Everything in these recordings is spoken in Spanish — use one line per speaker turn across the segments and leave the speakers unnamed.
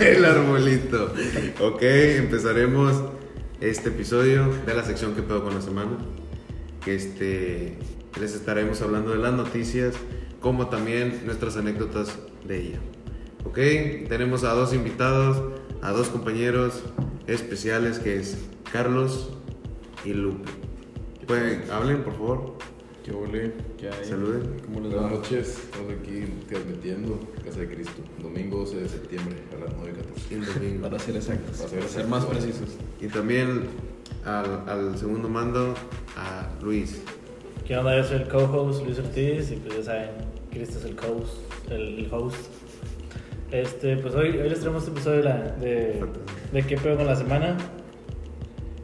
El arbolito. Ok, empezaremos este episodio de la sección que pedo con la semana. Que este, les estaremos hablando de las noticias, como también nuestras anécdotas de ella. Ok, tenemos a dos invitados, a dos compañeros especiales que es Carlos y Lupe. Pueden, hablen por favor,
¿Qué ole? ¿Qué hay?
saluden.
¿Cómo les va?
Buenas noches, estamos aquí transmitiendo Casa de Cristo, domingo 12 de septiembre a las 9.14.
Y el domingo.
Para ser exactos,
Para ser
para ser más
exactos.
precisos.
Y también al, al segundo mando, a Luis.
¿Qué onda? Yo soy el co-host Luis Ortiz y pues ya saben, Cristo es el co-host. El, el host. Este, pues hoy, hoy les traemos este episodio de, la, de, de qué pedo con la semana.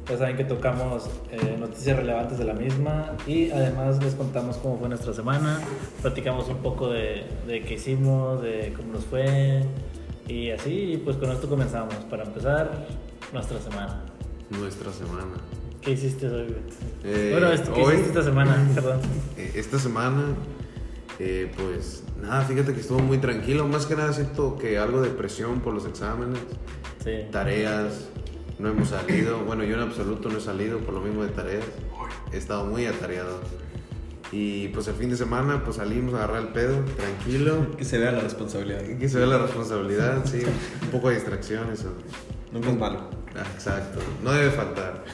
Ya saben que tocamos eh, noticias relevantes de la misma y además les contamos cómo fue nuestra semana, platicamos un poco de, de qué hicimos, de cómo nos fue y así, y pues con esto comenzamos para empezar nuestra semana.
Nuestra semana.
¿Qué hiciste hoy? güey?
Eh,
bueno, este, ¿qué
hoy-
hiciste esta semana? Perdón.
Eh, Esta semana, eh, pues nada, fíjate que estuvo muy tranquilo. Más que nada siento que algo de presión por los exámenes,
Sí.
tareas, no hemos salido. Bueno, yo en absoluto no he salido por lo mismo de tareas. He estado muy atareado. Y pues el fin de semana, pues salimos a agarrar el pedo, tranquilo.
Que se vea la responsabilidad.
Que se vea la responsabilidad, sí. Un poco de distracción, eso.
Nunca es malo.
Ah, Exacto, no debe faltar.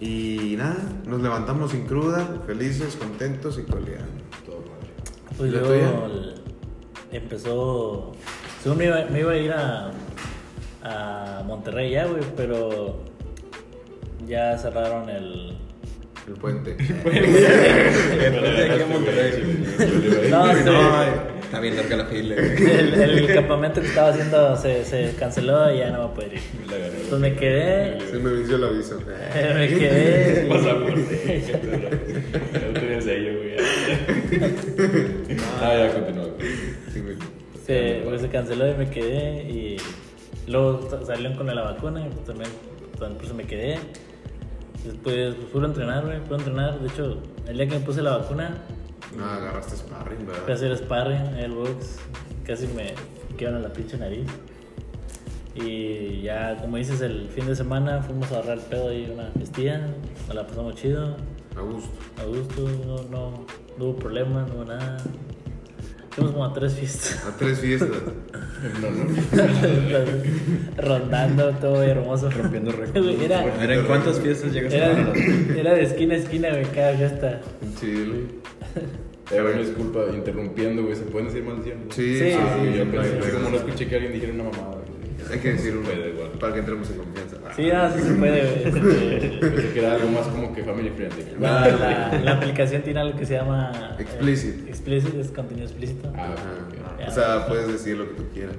Y nada, nos levantamos sin cruda, felices, contentos y coleando.
Todo madre.
Pues
¿La
yo
tuya?
el- empezó. Según me iba, me iba a ir a, a Monterrey ya, güey, pero ya cerraron el.
El puente. Eh,
Desde aquí a Monterrey.
No, sí.
no, está bien larga la fila. güey.
El, el campamento que estaba haciendo se, se canceló y ya no va a poder ir. Entonces Pues me quedé.
Se me venció el aviso.
Eh,
Eh,
Me quedé. y-
Pasaporte. No tenías ello, güey.
Ah, ya continúa. güey.
Sí, güey.
Se, pues, se canceló y me quedé y luego sa- salieron con la vacuna y pues, también también, pues, me quedé. Después pues, fui a entrenar, güey, fui a entrenar. De hecho, el día que me puse la vacuna,
No, agarraste sparring,
fui a
¿verdad?
hacer sparring, el box, casi me quedaron en la pinche nariz. Y ya, como dices, el fin de semana fuimos a agarrar el pedo ahí una fiestilla, nos la pasamos chido,
A gusto.
a gusto, no, no, no hubo problema, no hubo nada. Fuimos como a tres fiestas.
A tres fiestas.
No, no.
rondando todo hermoso.
Rompiendo récords.
Güey, Era,
A ver, ¿en cuántas fiestas llegas a
era,
la
era de esquina a esquina, güey, cada fiesta.
En Chile.
Eh, bueno, disculpa, interrumpiendo, güey. ¿Se pueden decir maldiciones?
Sí,
Sí,
sí, sí.
Ah,
sí,
yo
no
pensé
hay
que como no
pedo.
escuché que alguien dijera una mamada. güey.
Hay que decir uno.
Me da igual.
Para que entremos en confianza.
Sí, ah, sí se puede, güey. este,
Pensé que era algo más como que family friendly.
la, la- la aplicación tiene algo que se llama. eh,
Explicit.
explicit es contenido explícito.
Ah,
Ajá.
Ya.
O sea, puedes decir lo que tú quieras.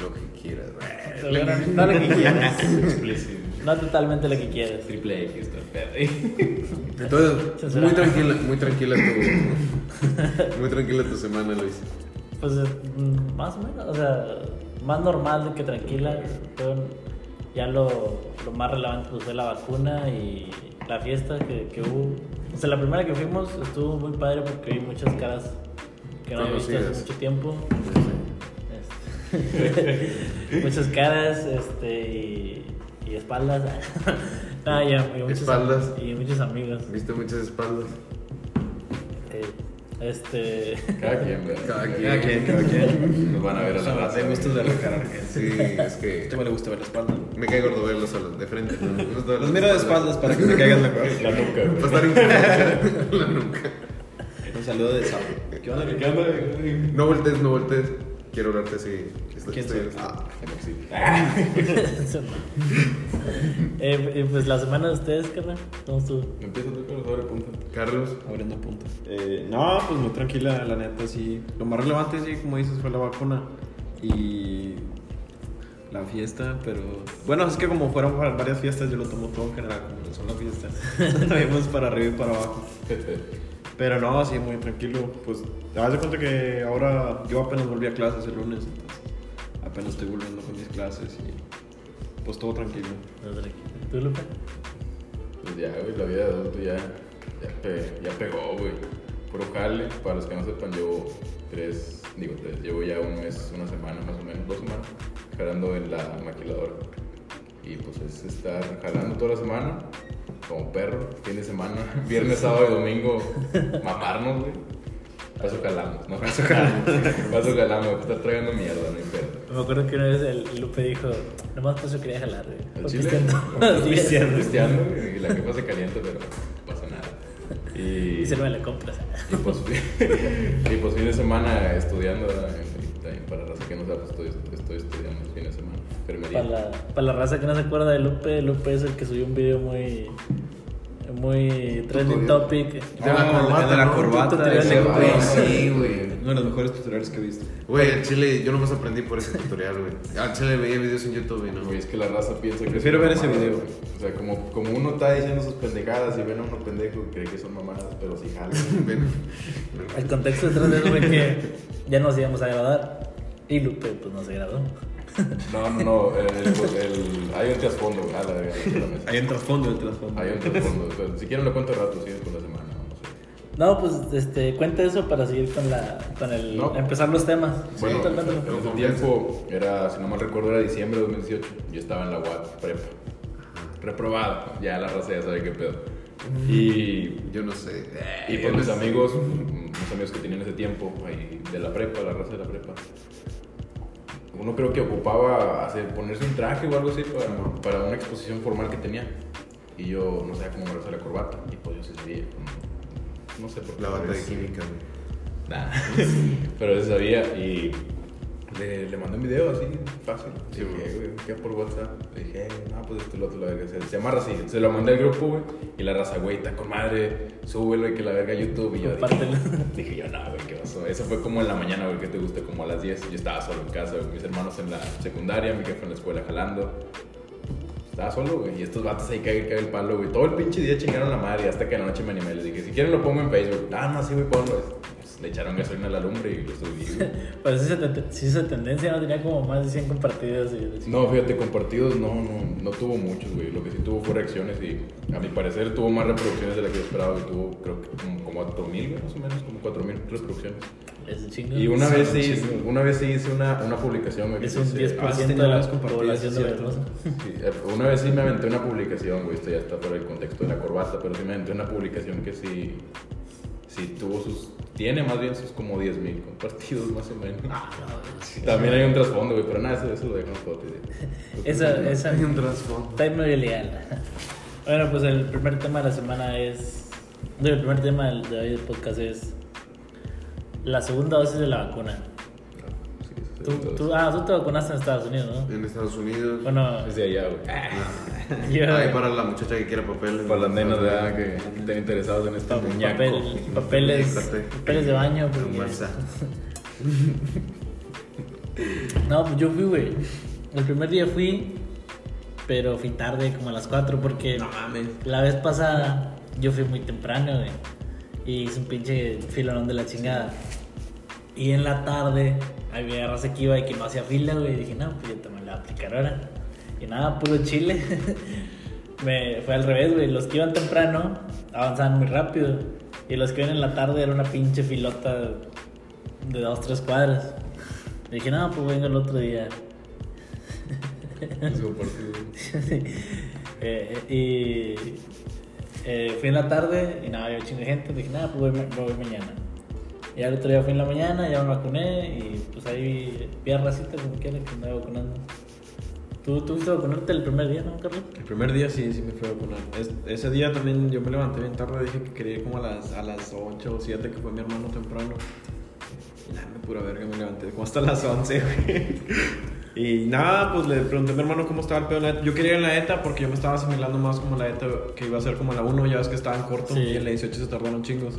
Lo que quieras. güey.
Pero bueno, no lo que quieras.
Explicit.
No totalmente lo que quieras.
Triple X, todo el pedo.
Entonces,
Censurado.
muy tranquila, muy tranquila tu. Muy tranquila tu semana, Luis.
Pues eh, mm, más o menos, o sea, más normal que tranquila. Fueron- ya lo, lo más relevante pues, fue la vacuna y la fiesta que, que hubo. O sea, la primera que fuimos estuvo muy padre porque vi muchas caras que no había visto hace
Conocidas.
mucho tiempo. Este, muchas caras este, y, y espaldas. Nada, ya, y muchos,
Espaldas.
Y muchos amigos.
Viste muchas espaldas.
Eh, Este.
Cada quien, güey.
Cada quien.
Cada quien, cada quien.
Nos van a ver a la raza.
De
güey.
gustos de la cara. güey.
Sí, es que.
Este me le gusta ver la espalda.
Me cae gordo verlos a los de frente. ¿no? Los, de-
Los miro de espaldas para que me caigan mejor.
La nuca,
Va a
güey.
estar incómodo. La nuca.
Un saludo de sapo. ¿Qué onda?
¿Qué onda, güey?
No voltees, no voltees. Quiero hablarte así. Estoy-
¿Quién
estoy-
soy?
Ah.
Eh, eh, pues la semana de ustedes, carnal. ¿Cómo estuvo?
Empieza tú con sobre punta.
Carlos.
Abriendo puntos. Eh, no, pues muy tranquila, la neta, sí. Lo más relevante, sí, como dices, fue la vacuna y la fiesta, pero... Bueno, es que como fueron va- varias fiestas, yo lo tomo todo en general, como que son las fiestas. Entonces, vimos para arriba y para abajo. Pero no, sí, muy tranquilo. Pues te das de cuenta que ahora yo apenas volví a clases el lunes, entonces apenas estoy volviendo con mis clases y pues todo tranquilo.
¿Tú, Lupe?
Pues ya, güey, la vida de adulto ya, ya, pe- ya pegó, güey. Puro jale, para los que no sepan, llevo tres, digo tres, llevo ya un mes, una semana más o menos, dos semanas jalando en la maquiladora. Y pues es estar jalando toda la semana, como perro, fin de semana, viernes, sábado y domingo, mamarnos, güey. Paso calamos, no paso calamos. Paso calamos, me estar tragando mierda, no hay pedo.
Me acuerdo que una vez el Lupe dijo, nomás paso quería jalar, güey.
El
O
chile,
pisteando todos los días.
cristiano, cristiano, güey, y la jefa se calienta, pero no pasa nada. Y,
Y se me la compras.
y pues, y pues fin de semana estudiando, ¿verdad? Y también para la raza que no sabe, pues, estoy, estoy estudiando el fin de semana, enfermería.
Para la, para la raza que no se acuerda de Lupe, Lupe es el que subió un video muy. Muy trending
Tutorial.
topic.
De la corbata, de Ah, la corbata.
tutorial
ese
de
güey,
cómo-
Sí, güey.
Uno de los mejores tutoriales que he visto.
Güey, al chile, yo nomás aprendí por ese tutorial, güey. Al chile veía videos en YouTube y no.
Güey, es que la raza piensa que.
Prefiero
son
ver ese
mamadas,
video.
güey. O sea, como, como uno está diciendo sus pendejadas y ven a uno pendejo y cree que son mamadas, pero sí jala.
Ven.
El contexto detrás de eso fue que ya nos íbamos a grabar y Lupe pues no se graduó.
No, no, no. El, el- hay un trasfondo, güey. A la verga, la mesa.
Hay un trasfondo, el trasfondo.
Hay un trasfondo. pero si quieren lo cuento al rato, sí, después de la semana. No sé.
No, pues este, cuenta eso para seguir con la con el
No.
empezar los temas. Sí,
Bueno,
totalmente.
en ese tiempo era, si no mal recuerdo, era diciembre de 2018. Yo estaba en la UAP prepa. Reprobado. Ya la raza ya sabe qué pedo. Y
Yo no sé.
Y pues mis amigos, mis amigos que tenían ese tiempo ahí de la prepa, la raza de la prepa. Uno creo que ocupaba hacer, ponerse un traje o algo así para, para una exposición formal que tenía. Y yo no sabía cómo agarrarse la corbata. Y pues yo sí sabía. No, no sé por qué.
La bata de
es-
química, güey.
Nah. Pero yo sí sabía y le, le mandé un video así, fácil. Sí, güey, güey, ¿qué por WhatsApp? Le dije, eh, no, pues esto y lo otro, la verga. Se, se amarra así. Se lo mandé al grupo, güey. Y la raza, güey, está con madre. Súbelo y que la verga YouTube. Y yo dije,
Compártelo.
dije yo, no, güey, ¿qué pasó? Eso fue como en la mañana, güey, que te gusta, como a las 10. Yo estaba solo en casa, güey, mis hermanos en la secundaria, mi jefe en la escuela jalando. Estaba solo, güey. Y estos vatos ahí caen, caen el palo, güey. Todo el pinche día chingaron la madre. y Hasta que en la noche me animé. Les dije, si quieren lo pongo en Facebook. Ah, no, sí, güey, ponlo. Pues, le echaron gasolina a la lumbre y lo subí, güey.
Pues esa, ten- sí, esa tendencia no tenía como más de 100 compartidas. Y,
No, fíjate, compartidos no, no, no tuvo muchos, güey. Lo que sí tuvo fue reacciones y a mi parecer tuvo más reproducciones de las que yo esperaba. güey. Tuvo, creo que como, como 4.000, güey, más o menos, como 4.000 reproducciones.
es un chingo.
Y una
Sí,
vez
un
sí,
chingo.
hice- una vez sí hice una, una publicación, güey. que
Es un
dice-
10%
ah, sí
de
tenía las
la
compartidas,
población
es
de
cierto.
Veracruz.
Sí, eh, una vez sí me aventé una publicación, güey, esto ya está por el contexto de la corbata, pero sí me aventé una publicación que sí, sí tuvo sus, tiene más bien sus como 10.000 compartidos más o menos.
Ah,
También hay un trasfondo, güey, pero nada, eso, eso lo dejo en foto. Ah, güey.
Esa, esa
Hay un trasfondo.
Está muy legal. Bueno, pues el primer tema de la semana es. digo, El primer tema del- de hoy del podcast es. La segunda dosis de la vacuna.
Sí, eso
Tú,
es todo.
tú- ah, tú te vacunaste en Estados Unidos, ¿no?
En Estados Unidos.
Bueno,
Es de allá,
Ah,
güey.
yo.
Ay, para la muchacha que quiera papeles.
Para las nenas de allá que estén interesados en este
pa-
muñeco.
Ah, papel- Ah, papeles,
Fíjate.
papeles de baño. porque-
Almuerza.
No, pues yo fui, güey. El primer día fui, pero fui tarde, como a las 4, porque
mames.
la vez pasada yo fui muy temprano, güey. Y hice un pinche filonón de la chingada. Y en la tarde había raza que iba y que no hacía fila, güey. Y dije, no, pues yo también la voy a aplicar ahora. Y nada, puro chile. Me fue al revés, güey. Los que iban temprano avanzaban muy rápido. Y los que iban en la tarde era una pinche filota de dos, tres cuadras. Y dije, no, pues vengo el otro día.
Eso por sí.
Eh, y eh, fui en la tarde y nada, había un chingo de gente. Dije, nada, pues voy, ma- voy mañana. Y al otro día fui en la mañana, ya me vacuné y pues ahí vi, vi a racita como quiera que andaba vacunando. ¿Tú tuviste vacunarte el primer día, no, Carlos?
El primer día sí, sí me fui a vacunar. Es- ese día también yo me levanté bien tarde, dije que quería ir como a las, a las 8 o 7, que fue mi hermano temprano. Y nada, me pura verga, me levanté como hasta las 11, güey. Y nada, pues le pregunté a mi hermano cómo estaba el pedo en la ETA. Yo quería ir en la ETA porque yo me estaba asimilando más como la ETA, que iba a ser como la 1, ya ves que estaba en corto
Sí.
y en la 18 se tardaron chingos.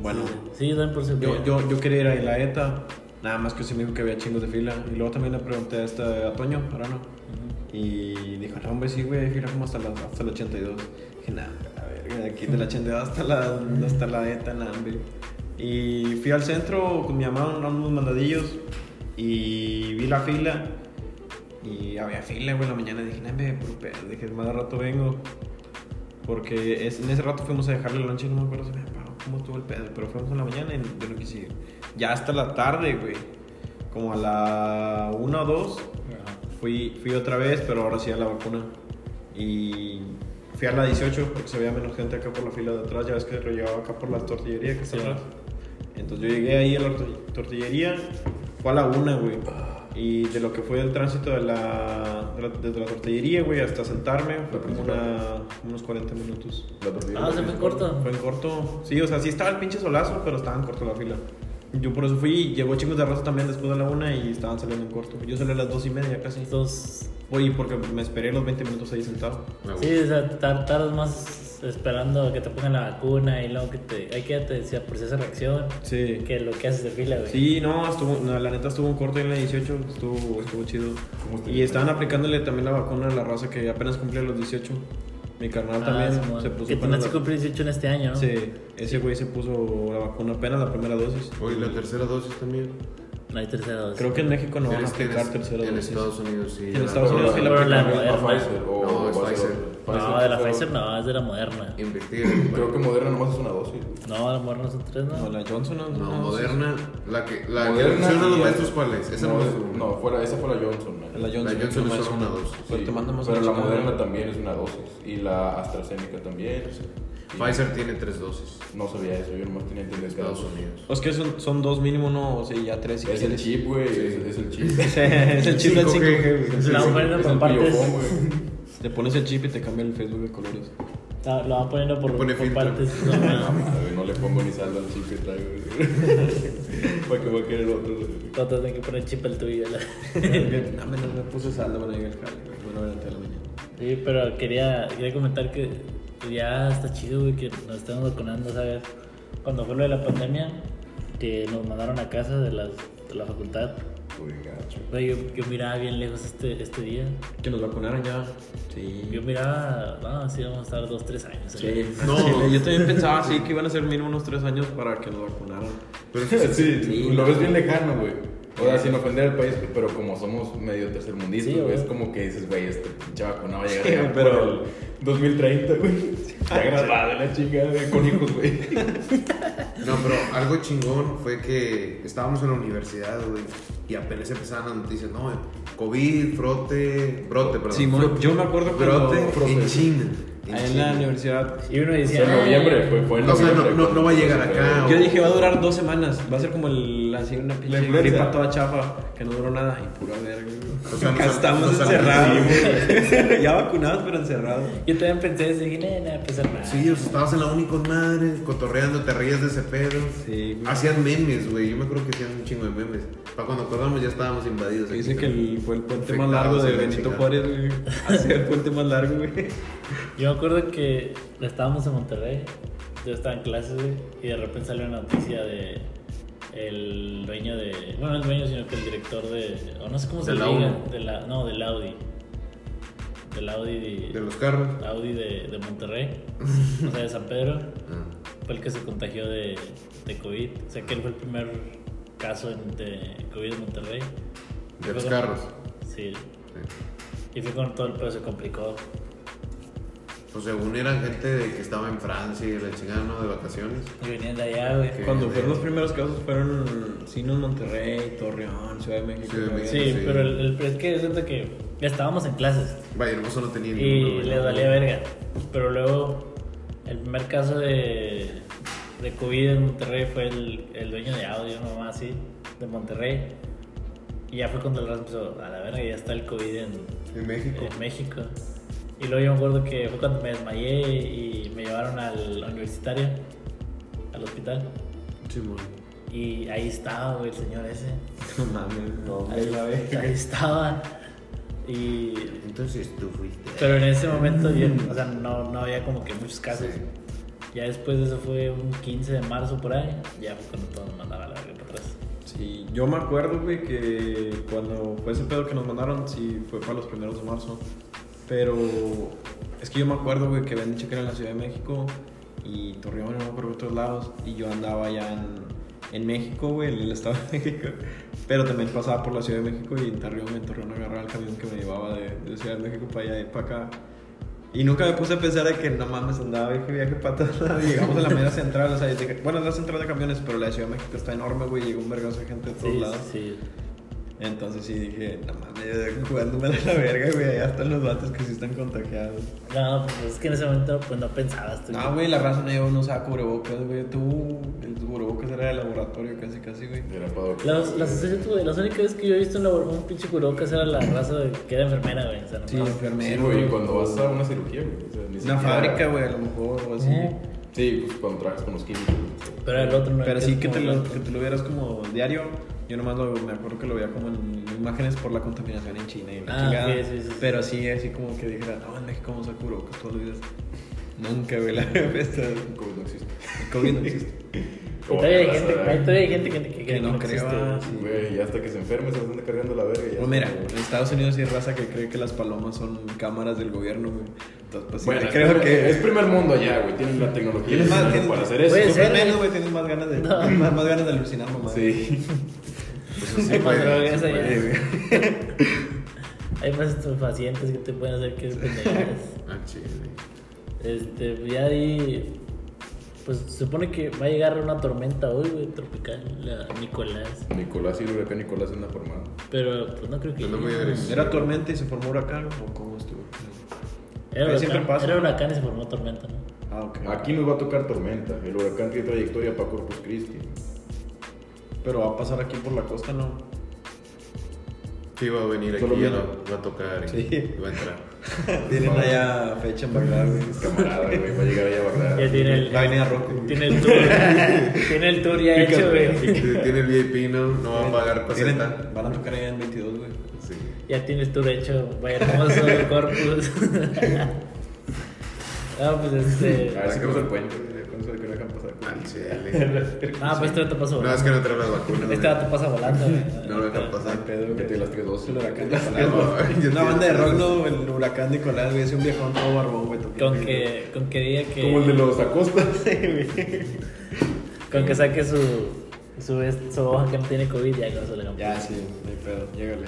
Bueno,
Sí, yo también por seguridad.
yo, yo, yo quería ir ahí en la ETA, nada más que sí me dijo que había chingos de fila. Y luego también le pregunté a, este, a Toño, ahora no.
Ujú.
Y dijo, no, hombre, sí, güey, fila como hasta, la, hasta el 82. Dije, nada, a ver, de aquí del 82 hasta la, hasta la ETA, nah, hombre. Y fui al centro con mi mamá, a unos mandadillos, y vi la fila. Y había fila, güey, en la mañana. Dije, no, hombre, puro pedo. Dije, más de rato vengo. Porque es- en ese rato fuimos a dejarle el lonche, no me acuerdo si me paró, cómo estuvo el pedo, pero fuimos en la mañana y yo no quise ir. Ya hasta la tarde, güey, como a la 1 o 2,
Ajá.
fui, fui otra vez, pero ahora sí a la vacuna. Y fui a la 18 porque se veía menos gente acá por la fila de atrás. Ya ves que lo llevaba acá por la tortillería que está
Sí.
atrás. Entonces yo llegué ahí a la tor- tortillería, fue a la una, güey. Y de lo que fue el tránsito de la, de la- desde la tortillería, güey, hasta sentarme, fue como una- unos 40 minutos.
La tortilla.
Ah, se fue corto.
Fue en corto. Sí, o sea, sí estaba el pinche solazo, pero estaba en corto la fila. Yo por eso fui y llegó chingos de raza también después de la una y estaban saliendo en corto. Yo salí a las dos y media casi.
Entonces,
Oye, porque me esperé los 20 minutos ahí sentado.
sí, o sea, tar- tardas más esperando a que te pongan la vacuna y luego que te. Hay que ya te decía por si esa reacción.
Sí.
Que lo que haces de fila, güey.
Sí, no, estuvo, no, la neta estuvo un corto en la 18, estuvo, estuvo chido.
¿Cómo estuvo?
Y estaban aplicándole también la vacuna a la raza que apenas cumplía los 18. Mi carnal
Ah,
también
Simón.
se puso
Que
apenas
tienes que
la-
cumplir 18 en este año, ¿no?
Sí, ese güey se puso la vacuna apenas la primera dosis.
Oye, la tercera dosis también.
No hay tercera dosis.
Creo que en México no van a
Tienes-
este
tienes-
aplicar tercera
este En
dosis.
Estados Unidos sí.
En
ya la-
Estados Unidos sí la
Pero la
aplican.
Moderna.
Pfizer o
No, es
va a ser
Pfizer.
otra.
No,
Pfizer,
de la
Pfizer.
Pfizer no, es de la Moderna.
Investiguen.
Creo que Moderna nomás es una dosis.
No, la Moderna son tres, ¿no?
No, la Johnson no.
No,
no, sí.
Moderna. La que, la que
Moderna
pusieron a los
y-
maestros, ¿cuál es? Esa no es.
No, fue la- esa fue la Johnson. man.
La Johnson,
La Johnson
toma
es solo
eso.
una dosis.
Pero te manda más
pero
a
la
chica,
Moderna
¿no?
también es una dosis. Y la AstraZeneca también. Y
Pfizer tiene tres dosis.
No sabía eso, yo nomás tenía entendido que era
Estados
dosis.
Unidos.
Es que son, son dos mínimo, no, o sea, ya tres. si
Es el
quieres.
chip, güey. Es, es el chip.
Sí, es el chip del
5G.
5G, güey.
La van poniendo
Es
por
el biofón,
partes.
güey.
Te pones el chip y te cambia el Facebook de colores.
La- Lo van poniendo por,
Pone
por
filtro.
partes. No,
Ah,
no.
güey, No le pongo ni saldo al chip que traigo. güey. ¿Para qué voy a querer otro? güey?
Todos tienen que poner chip el tuyo. la-
no, me, no me puse saldo para llegar al jale, güey. Bueno, ahorita a la mañana.
Sí, pero quería, quería comentar que ya está chido, güey, que nos estamos vacunando, ¿sabes? Cuando fue lo de la pandemia, que nos mandaron a casa de, las, de la facultad,
Uy, gacho.
güey, yo, yo miraba bien lejos este, este día.
Que nos vacunaran ya. Sí.
Yo miraba, no, así vamos a estar dos, tres años.
Sí,
¿sabes?
no. yo también pensaba sí que iban a ser mínimo unos tres años para que nos vacunaran.
Pero es
Sí,
que-
tú lo ves bien lejano, güey. O sea, sin ofender al país, pero como somos medio tercermundistas,
Sí,
güey, es
güey.
como que dices, güey, este pinche vacuna va a
Sí,
llegar
pero-
pero el 2030, güey. Ya grabado la chingada güey, con hijos, güey.
No, pero algo chingón fue que estábamos en la universidad, güey, y apenas empezaban las noticias, no, COVID, brote, brote, perdón.
Simón, yo me acuerdo cuando-
brote en
brote.
China. en
Ahí en
China.
la universidad.
Y uno
O sea,
decía,
en
"Ah,
noviembre, fue, fue en
O sea, no-
noviembre,
no-
cuando
no va a llegar
fue,
acá,
Yo dije, va a durar dos semanas. Va a ser como el, así una pinche
influenza.
gripa toda chafa que no duró nada. Y pura verga. güey.
O sea,
Acá
nos-
estamos
nos-
encerrados. güey. ya vacunados, pero encerrados.
Yo también pensé, dije, no, no, pues nada.
Sí, o sea, estabas en la uni con madre, cotorreando, te rías de ese pedo.
Sí, güey.
Hacían memes, güey. Yo me acuerdo que hacían un chingo de memes. Para cuando acordamos ya estábamos invadidos. aquí.
Dice que el- fue el puente más
Infectados
largo de
en la
Benito
chingada.
Juárez, güey. Ha sido el puente más largo, güey.
Yo me acuerdo que estábamos en Monterrey, yo estaba en clases, güey, y de repente salió una noticia de el dueño de, bueno, no el dueño, sino que el director de, o no sé cómo se
De la
diga,
ONU.
de la, no, del Audi, del Audi de,
De los carros.
Audi de, de Monterrey, o sea, de San Pedro,
Ah.
fue el que se contagió de, de COVID, o sea, que él fue el primer caso en- de COVID en Monterrey.
De los carros.
Sí, y fue con todo el pedo, se complicó.
Pues según eran gente de que estaba en Francia y la chingada, ¿no? De vacaciones.
Y venían de allá, güey.
Ok.
Cuando fueron los primeros casos fueron Sinos, Monterrey, Torreón, Ciudad de México.
Ciudad de
güey.
México.
Sí,
Sí.
pero el, el- pero es que resulta que ya estábamos en clases
Vaya, hermoso no tenía ninguno,
y
güey.
le valía verga. Pero luego, el primer caso de, de COVID en Monterrey fue el, el dueño de audio, nomás así, de Monterrey. Y ya fue cuando el rato empezó, a la verga, ya está el COVID en,
En México.
en México. Y luego yo me acuerdo que fue cuando me desmayé y me llevaron al universitario, al hospital.
Eh,
Simón.
Y ahí estaba, güey, el señor ese.
No mames, no,
Ahí,
güey, la verga.
ahí estaba. Y
Entonces tú fuiste.
Pero en ese momento, yo- o sea, no, no había como que muchos casos.
Sí.
Ya después de eso fue un 15 de marzo por ahí, ya fue cuando todo nos mandaba la verga para atrás.
Sí, yo me acuerdo, güey, que cuando fue ese pedo que nos mandaron, sí, fue para los primeros de marzo. Pero es que yo me acuerdo, güey, que habían dicho que era en la Ciudad de México y Torreón, no por otros lados. Y yo andaba allá en, en México, güey, en el Estado de México. Pero también pasaba por la Ciudad de México y en Torreón, en Torreón agarraba el camión que me llevaba de, de Ciudad de México para allá y para acá. Y nunca me puse a pensar de que no mames, andaba viaje, viaje para todos lados. Llegamos a la mera central, o sea, dije, bueno, es la central de camiones, pero la de Ciudad de México está enorme, güey, llegó un vergazo de gente de todos
Sí,
lados.
sí.
Entonces sí dije, no mames, jugándome a la verga, güey. Allá están los vatos que sí están contagiados.
No, pues es que en ese momento pues no pensabas tú.
No, güey, la raza no lleva no usaba cubrebocas, güey. Tú, el cubrebocas era de laboratorio casi, casi, güey.
Era para-
Las, las, escenas, güey, las únicas veces que yo he visto un, labor- un pinche cubrebocas era la raza de, que era enfermera, güey. O sea, no
Sí,
mames.
Sí,
enfermero.
güey, cuando vas a una cirugía, güey. o sea, ni
Una
siquiera-
fábrica, güey, a lo mejor, o así.
Ujú.
Sí, pues cuando trabajas con los químicos. güey.
Eh, Pero el otro no
Pero
es
sí que te,
como-
lo, que te lo vieras como diario. Yo nomás lo, me acuerdo que lo veía como en imágenes por la contaminación en China y la
Ah,
chingada.
ok, sí, sí, sí.
Pero sí, así como que dijera, no, en México vamos a cubrebocas todos los días. Nunca, güey, la fiesta.
El COVID no existe.
El COVID no existe.
Todavía hay
Ojalá,
gente,
¿verdad?
hay- todavía hay gente que, que- que
Que no creo,
existe,
ah,
güey.
sí.
Güey, y hasta que se enferme se están cargando la verga. y ya
Pues
está,
mira,
güey.
en Estados Unidos sí hay raza que cree que las palomas son cámaras del gobierno, güey. Entonces, pues sí,
Bueno,
creo que...
es primer mundo allá, güey. Tienen la tecnología
Tienes más,
para
tienes,
hacer eso.
Puede
compras
ser,
menos,
güey.
güey, tienes más ganas de,
No.
más, más ganas de alucinar, mamá.
Sí.
Eso sí
Hay más
puede, Pues
drogas
sí
allá.
puede.
Eh, güey.
Hay más estupefacientes que te pueden hacer que pendejadas.
Ah, chile.
Este, pues ya ahí. Pues se supone que va a llegar una tormenta hoy, güey, tropical, la Nicolás.
Nicolás y el huracán Nicolás en la formada.
Pero pues no creo que.
No
llegue.
me agres.
¿Era tormenta y se formó huracán o cómo estuvo?
Era
Ahí siempre
huracán,
pasa.
era huracán y se formó tormenta, ¿no?
Ah, ok.
Aquí nos va a tocar tormenta. El huracán tiene trayectoria para Corpus Christi.
Pero va a pasar aquí por la costa, ¿no?
Sí, va a venir
Solo
aquí y ya
mira.
lo va a tocar y,
Sí.
y va a entrar.
Tienen allá fecha en Bagdad, güey.
Camarada, güey. Va a llegar allá a
Ya
Bagdad.
tiene el.
La avenida Roca.
Tiene el tour. tiene el tour ya
Pica-
hecho, güey.
Tiene el VIP, no, no va a pagar
Tienen-
peseta.
Van a tocar allá en 22, güey.
Sí.
Ya tiene el tour hecho, vaya hermoso, corpus. ah, pues
A
este.
ver si cruza el puente. güey, Con eso de que no dejan pasar.
Ah,
Al chile.
Ah, pues este te pasa
No, es
volando.
que no trae las vacunas.
Este
güey.
te pasa volando, güey.
No lo dejan
Ay,
pasar.
pedo,
Que
güey.
te las tres dos.
El huracán
No,
Nicolás.
yo
Una banda de
tengo-
rock, no, el huracán Nicolás, güey. Es un viejón todo barbón, güey. tocando.
Con que, con que diga que.
Como el de los Acosta.
Con que saque su. Su, est- su hoja que no tiene COVID, ya con eso le campeón.
Ya, sí, no hay pedo. Llégale.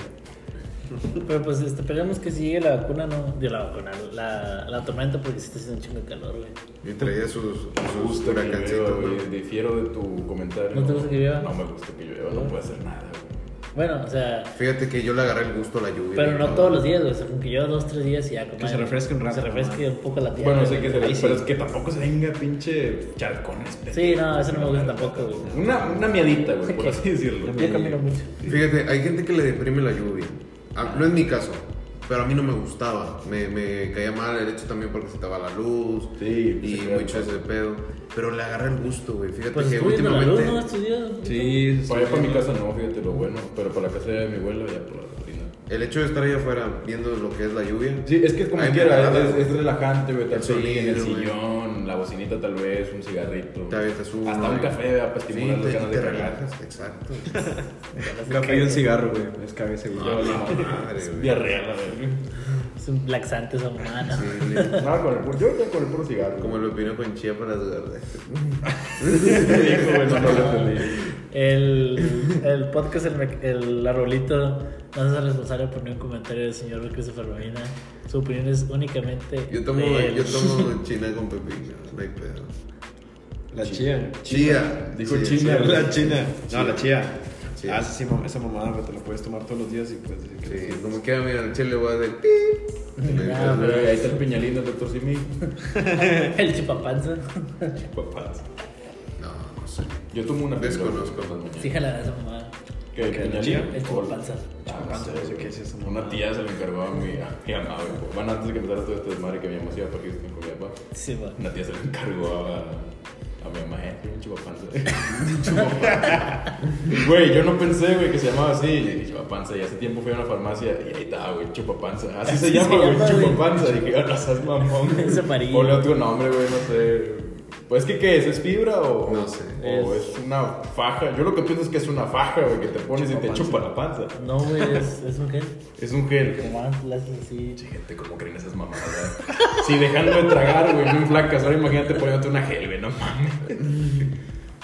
Pero pues este, esperemos que si llegue la vacuna, no. De la vacuna, la, la tormenta, porque si está haciendo un chingo de calor, güey.
Y traía sus,
Me
sus
gusta que llueva,
huracancitos,
güey.
¿no?
Difiero de tu comentario.
¿No te gusta que llueva?
No me gusta que llueva. No puedo hacer nada, güey.
Bueno, o sea.
Fíjate que yo le agarré el gusto a la lluvia.
Pero no
güey.
todos los días, güey. O sea, con que lleva dos, tres días y ya,
se refresque un rato,
Se refresque un poco la tierra.
Bueno, sé que se
Ahí
le...
sí.
Pero es que tampoco se venga pinche charcones.
Sí, no, eso no me gusta tampoco, güey.
Una, una miadita, güey, por así decirlo.
Yo camino mucho.
Fíjate, hay gente que le deprime la lluvia. Ah, no es mi caso, pero a mí no me gustaba. Me, me caía mal el hecho también porque se te va la luz
Sí, pues
y
se queda
mucho
todo.
de pedo. Pero le agarré el gusto, güey. Fíjate
Pues
que
estuve viendo la luz,
últimamente.
¿no? Estos días.
Sí, sí,
Para allá
sí.
para mi casa no, fíjate lo bueno, pero para la casa de mi abuelo ya por la rutina.
El hecho de estar ahí afuera viendo lo que es la lluvia.
Sí, es que como
Ahí me
quiera,
agrada,
es,
güey.
es relajante, güey, estar
El
solo en el
sonido, güey.
sillón, la bocinita tal vez, un cigarrito.
Te avientas uno,
Hasta un
güey.
café, ¿verdad? para
Sí,
estimular las
te,
ganas
te
de cagar.
relajas, exacto.
Un café y un cigarro, güey. Es cabeza,
No,
güey.
no, madre,
Ah,
güey.
Diarrea, la verdad.
Es un laxante esa mamada.
Sí, le-
No, con el puro, yo ahorita con el puro cigarro.
Como lo opino con chía para las garras.
dijo, güey, no, no lo entendí.
El, el podcast, el, mec- el arbolito, no se hace responsable por ningún comentario del señor Christopher Molina. Su opinión es únicamente.
Yo tomo,
de él.
yo tomo china con pepino, no hay pedo.
La chía.
Chía.
Dijo
Sí,
chía.
sí.
La china. No, la chía.
Chía.
Ah, sí, sí, mam- esa mamada, güey. Te la puedes tomar todos los días y pues decir que.
Sí, como queda, mira, el chile le voy a dar pip.
Ya,
Güey, Ahí está el piñalín del doctor Simi.
El chupapanza.
Papás.
No, no sé.
Yo tomo una
Desconozco.
por las mañanas.
Sí, jala esa mamada.
¿Qué? Ah,
¿Qué?
¿Piñalín?
¿Chía?
El chupapanza.
Chupapanza,
no sé
güey.
qué es eso,
Una
mamá.
tía se lo encargó a mi, a mi mamá, güey. Bueno, antes de que empezara todo esto de madre que mi mamá se iba para Houston con mi papá,
Sí, va.
una tía se lo encargó a, a mi mamá, eh, un chupapanza. Un chupapanza. Güey, yo no pensé, güey, que se llamaba así. Y le dije, chupapanza. Y hace tiempo fui a una farmacia y ahí está, güey, chupapanza. Así se
Así
llama,
se
güey,
llama, güey.
chupapanza. Y dije, "Ah, no seas mamón. güey.
Es amarillo.
Ponle otro nombre, güey, no sé. Pues, ¿qué, qué es? ¿Es fibra o...?
No sé.
O es...
Es-
una faja. Yo lo que pienso es que es una faja, güey, que te pones y te
Chupapanza.
chupa la panza.
No, güey, es, es un gel.
Es un gel.
Como antes la haces así.
Che, gente, ¿cómo creen esas mamadas? güey? si dejándome tragar, güey, no flacas. Ahora imagínate poniéndote una gel, güey, no mames.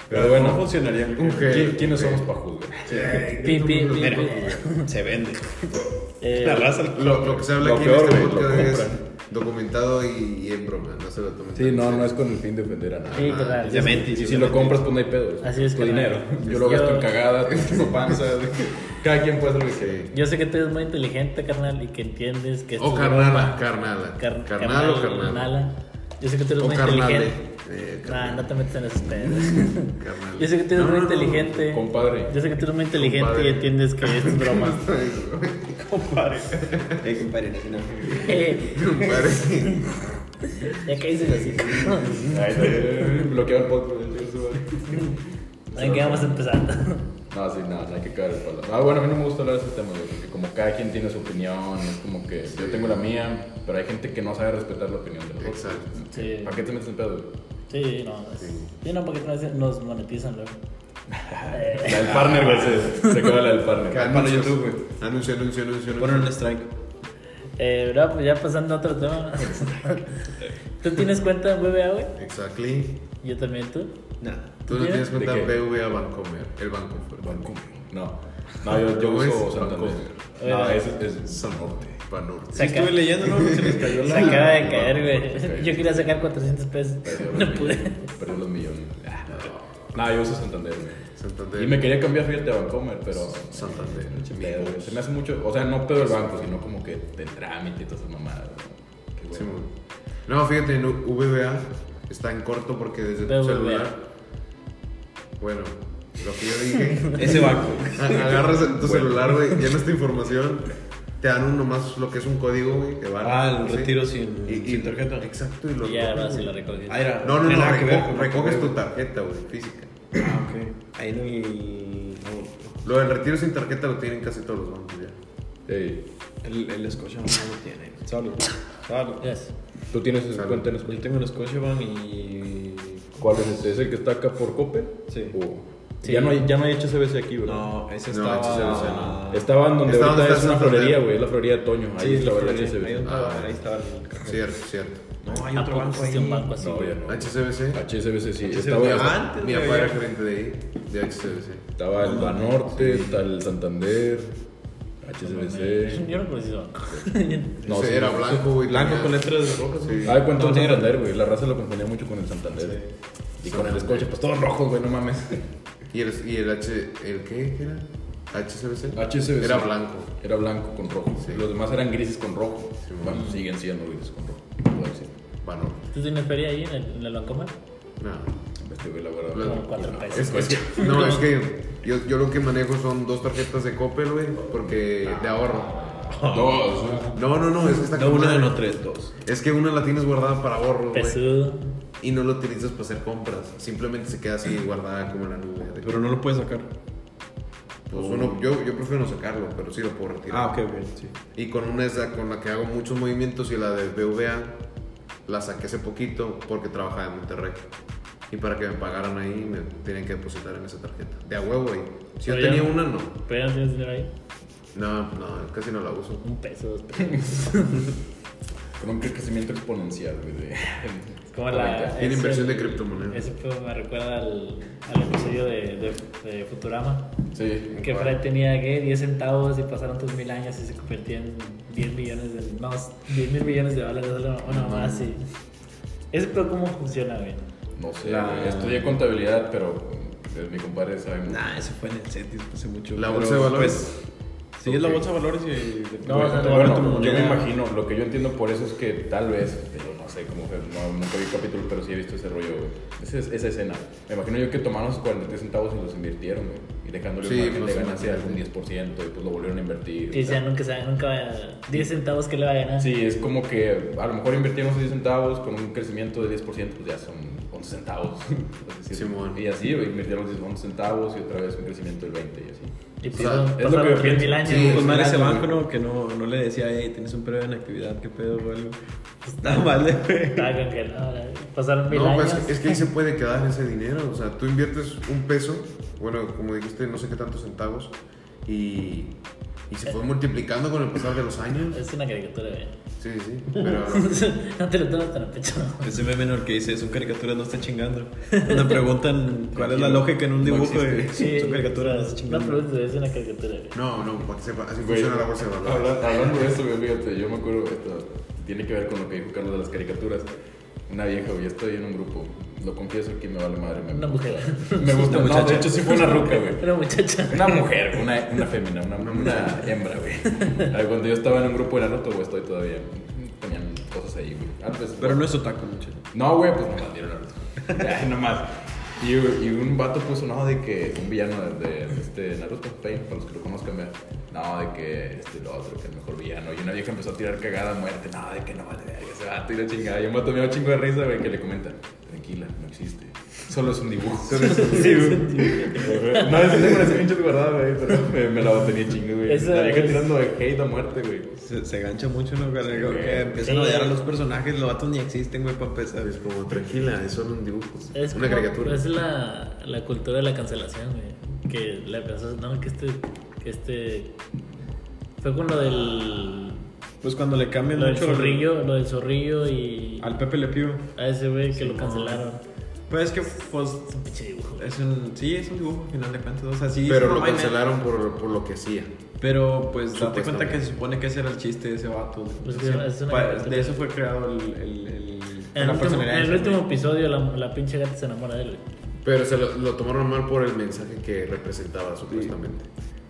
Pero
No
bueno,
funcionaría. güey.
Un gel.
¿quién- ¿quiénes somos para juzgar?
Ay,
Pi, pi, pi, Eh,
mira,
pi.
Se vende.
Eh,
La raza. Eh,
Lo, lo que se habla
Lo
aquí
peor,
en este
güey, Oh. lo
podcast es
compran.
documentado y, y en broma, no se lo tomen.
Sí,
tan en
no,
serio.
no es con el fin de ofender a nadie.
Sí, carnal.
Y se mente.
Y si lo compras, pues no hay pedo.
Así es,
Tu
carnal.
dinero. Yo lo gasto en cagada, tú en panza. Cada quien puede hacer lo que quiera.
Sí.
Yo sé que tú eres muy inteligente, carnal, y que entiendes
O
que... esto es
carnala,
broma.
carnala.
Car-
Oh, carnal o carnala.
carnala. Yo sé que tú eres
O
muy
carnale.
inteligente.
Eh,
Nah,
carnal.
no te metas en esos pedos.
Carnal.
Yo sé que tú
No,
eres muy
no, no.
inteligente.
Compadre.
Yo sé que tú eres muy inteligente
Compadre.
y entiendes que esto es broma.
Compadre. Eh, compadre, no, no.
Eh,
Compadre.
ya caíste así.
Ay, no, Bloqueado el podcast.
¿En qué vamos empezando?
No, sí, no, no hay que caer el palo. Ah, bueno, a mí no me gusta hablar de esos temas, güey, porque como cada quien tiene su opinión, es como que yo tengo la mía, pero hay gente que no sabe respetar la opinión de los otros.
Exacto.
Sí,
¿Para qué te metes en pedo? güey?
sí, no. es- Sí, no, porque nos- nos monetizan luego. Eh,
La del partner, güey, se, se acaba la del partner.
Anuncio,
YouTube, güey.
Anuncio, anuncio, anuncio.
Poner
anuncio.
un strike.
Eh, bro, pues ya pasando a otro tema. ¿Tú tienes cuenta en BBA, güey?
Exactly.
Yo también, ¿tú?
Nada.
Tú no
¿De
tienes
qué?
cuenta
¿De qué?
BVA Bancomer. El banco fuerte.
No, no, yo, yo
¿Cómo
uso
es?
Santander.
Bancomer.
No, es, es
Banorte. Banorte.
Sí, estuve leyendo, ¿no? Se les cayó
Se
la.
acaba de caer,
Ok.
güey. Yo quería sacar 400 pesos.
Perdió
No
los
pude.
millones, Perdió los millones. Ah, no. No, yo uso Santander, güey.
Santander.
Y me quería cambiar, fíjate, a Bancomer, pero...
Santander.
Pinche pedo, güey. Se me hace mucho... O sea, no pedo el banco, sino como que del trámite y todas esas mamadas. güey. Qué hueva.
Sí, güey. No, fíjate, en VBA está en corto porque desde tu
BBVA.
celular. Bueno, lo que yo dije.
Ese banco.
A- Agarras en tu
Bueno.
celular, güey, llenas tu información, te dan un nomás lo que es un código, güey, te van.
Ah, el retiro sin- sin tarjeta.
Exacto, y lo
Y ya, ahora sí la recogí.
Ah, era.
No, no,
tiene
no,
nada que ver
reco-
con-
recoges tu tarjeta, güey, física.
Ah, ok. Ahí en el. no,
Lo del retiro sin tarjeta lo tienen casi todos los bancos ya.
Ey,
El, el Scotiabank no lo tiene. Salud. Salud.
Yes.
¿Tú tienes esa
Salud.
cuenta en España?
Yo tengo el Scotiabank y.
¿Cuál es este? ¿Es el que está acá por Coppel?
Sí.
O-
Sí.
Ya, no hay, ya no hay HSBC aquí, bro.
No, ese
No,
estaba.
ese se lo sé, no.
Estaba en donde
Está
ahorita
donde
es
está
una
Santander.
florería, güey. Es la florería de Toño. Ahí
Sí,
estaba el
ahí
HSBC.
estaba,
Ah.
ahí estaba el.
Cierto, cierto.
No, hay otro
¿A Ah, poco
banco
existe
ahí.
un banco así?
No, ya no.
HCBC.
HSBC sí.
HSBC.
Estaba,
Ah.
Mi-
Antes
Mi
de-
papá era gerente de ahí, de HCBC.
estaba el Banorte, está el Santander, HSBC.
Yo no conocí ese banco. Yo
No,
Ese
sí.
era blanco, güey.
Blanco
tenía-
con letras rojas.
Sí.
Ah, cuenta un
No, negro.
Santander, güey. La raza lo confundía mucho con el Santander. Y con el Scotia, pues todos rojos, güey, no mames.
Y el, y el H. ¿El qué era? ¿HCBC?
HSBC.
Era blanco.
Era blanco con rojo.
Sí.
Los demás eran grises con rojo.
Sí,
bueno,
bueno.
siguen siendo grises con rojo. puedo decir.
Bueno,
¿Tú tienes feria ahí en el, en el Bancomer?
no.
Me estoy, Este güey, la verdad.
Blanco.
Como cuatro
No,
pesos.
Es, es que, no, es que yo, yo lo que manejo son dos tarjetas de Coppel, güey, porque de ahorro.
Dos.
No, no, no, es que está
No,
con
una, Pues
madre.
no, tres, dos.
Es que una la tienes guardada para ahorro, güey,
Pesudo.
y no la utilizas para hacer compras. Simplemente se queda así guardada como en la nube. de-
Pero no lo puedes sacar.
Pues uno, yo, yo prefiero no sacarlo, pero sí lo puedo retirar.
Ah, ok, ok, sí.
Y con una es la- con la que hago muchos movimientos y la de BVA la saqué hace poquito porque trabajaba en Monterrey. Y para que me pagaran ahí me tenían que depositar en esa tarjeta. De a huevo, güey. Si yo
Pero ya-
tenía una, no.
¿Pero ya no tienes dinero ahí?
No, no, casi no la uso.
Un peso, dos pesos.
Con un crecimiento exponencial, güey. de-
Es como la...
Tiene
es
inversión
el-
de criptomonedas.
Ese fue- me recuerda al, al episodio de, de- de Futurama.
Sí.
Que
¿Cuál?
Fred tenía ¿qué? 10 centavos y pasaron tus mil años y se convirtió en 10 millones de. No, 10 mil millones de dólares o no más. Y... Ese pero cómo funciona, güey.
No sé,
La-
güey, estudié contabilidad, pero pues, mi compadre sabe mucho.
Nah, eso fue en el Cetis hace mucho.
¿La
pero,
bolsa de valores?
pues, sí, es la
Ok.
bolsa de valores y.
No,
Güey,
no,
te
no,
vale
no,
tu
yo me
moneda.
imagino, lo que yo entiendo por eso es que tal vez, digo, no sé cómo fue, no, nunca vi el capítulo, pero sí he visto ese rollo, güey. Ese- Esa, escena. Me imagino yo que tomaron los 43 centavos y los invirtieron, güey. Y dejándole
Sí,
un margen
más
de
o
ganancia de
menos.
algún 10% y pues lo volvieron a invertir.
Que
y
ya
tal.
nunca sabe, nunca va a. 10 centavos que le va a ganar.
Sí, es como que a lo mejor invirtieron esos 10 centavos con un crecimiento de 10%, pues ya son 11 centavos. por decir.
Simón.
y así, güey, invirtieron los 11 centavos y otra vez un crecimiento del 20 y así.
Y
sea,
pasaron,
es
lo que
pasaron
yo
3
pienso.
mil años.
Sí,
Pues mal ese
Claro,
banco,
güey.
¿no? Que no, no le decía, hey, tienes un periodo de inactividad, qué pedo o algo. Pues Está mal, güey.
Estaba congelado, güey. Pasaron mil
No,
años.
pues es que ahí se puede quedar ese dinero. O sea, tú inviertes un peso, bueno, como dijiste, no sé qué tantos centavos, y, y se fue multiplicando con el pasar de los años.
Es una caricatura, güey.
Sí, sí, sí. Pero
no te lo tomas tan a pecho.
Ese meme menor que dice, son caricaturas, no está chingando. Cuando preguntan cuál es la lógica en un
No
dibujo,
existe.
güey, son caricaturas, no está
No, pero
chingando.
es una caricatura, güey.
no, no, para que sepa, así
Güey,
funciona la bolsa de valores.
habla- Hablando de eso, güey, fíjate, yo me acuerdo, esto, tiene que ver con lo que dijo Carlos de las caricaturas. Una vieja, güey, estoy en un grupo. Lo confieso que me vale madre. Me,
Una mujer.
me gusta
Una
muchacha.
muchacha.
de hecho, sí fue una ruca, güey.
Una muchacha.
Una mujer, güey, una, una fémina, una, una hembra, güey. Ay, Cuando yo estaba en un grupo de Naruto, güey, estoy todavía. Tenían cosas ahí, güey. Antes,
Pero no es otaku, muchachos.
no, güey, pues nomás dieron Naruto. Ya, nomás. Y, y un vato puso, no, de que un villano de, de- de este Naruto, Pain, para los que lo conozcan, vean. No, de que este lo otro, que el mejor villano. Y una vieja empezó a tirar cagada a muerte. No, de que no vale verga ese vato y la chingada. Y un vato me da un chingo de risa, güey, que le comentan. Tranquila, no existe. Solo es un dibujo. Solo es un dibujo. no, ese nombre se pinche guardado, güey, pero me, me la tenía chingo, güey.
Esa
La vieja
es-
tirando de hate a muerte, güey.
Se, se gancha mucho, ¿no? Que, que
güey.
empiezan
Sí.
a odiar a los personajes, los vatos ni existen, güey, para empezar.
Es como tranquila, es solo un dibujo.
Es
una
como-
caricatura.
Es la, la cultura de la cancelación, güey. Que la persona. No, que este. Que este. Fue con lo del.
Pues cuando le cambian
Lo del
mucho el-
zorrillo. Lo del zorrillo y.
al Pepe Le Pew.
A ese güey que lo cancelaron.
Pues es que pues,
Es un pinche dibujo.
es un sí, es un dibujo al final de cuentas, o sea, sí es
Pero
una
lo
vaina.
cancelaron por, por lo que hacía.
Pero pues date
Supuestamente.
cuenta que se supone que ese era el chiste de ese vato.
Pues
O
que
sea,
es una
pa-
caricatura.
de eso fue creado el, el, el-
En el
la
último,
personalidad. de
en el
ese
último
güey.
episodio, la, la pinche gata se enamora de él, güey.
Pero se lo, lo tomaron mal por el mensaje que representaba, supuestamente.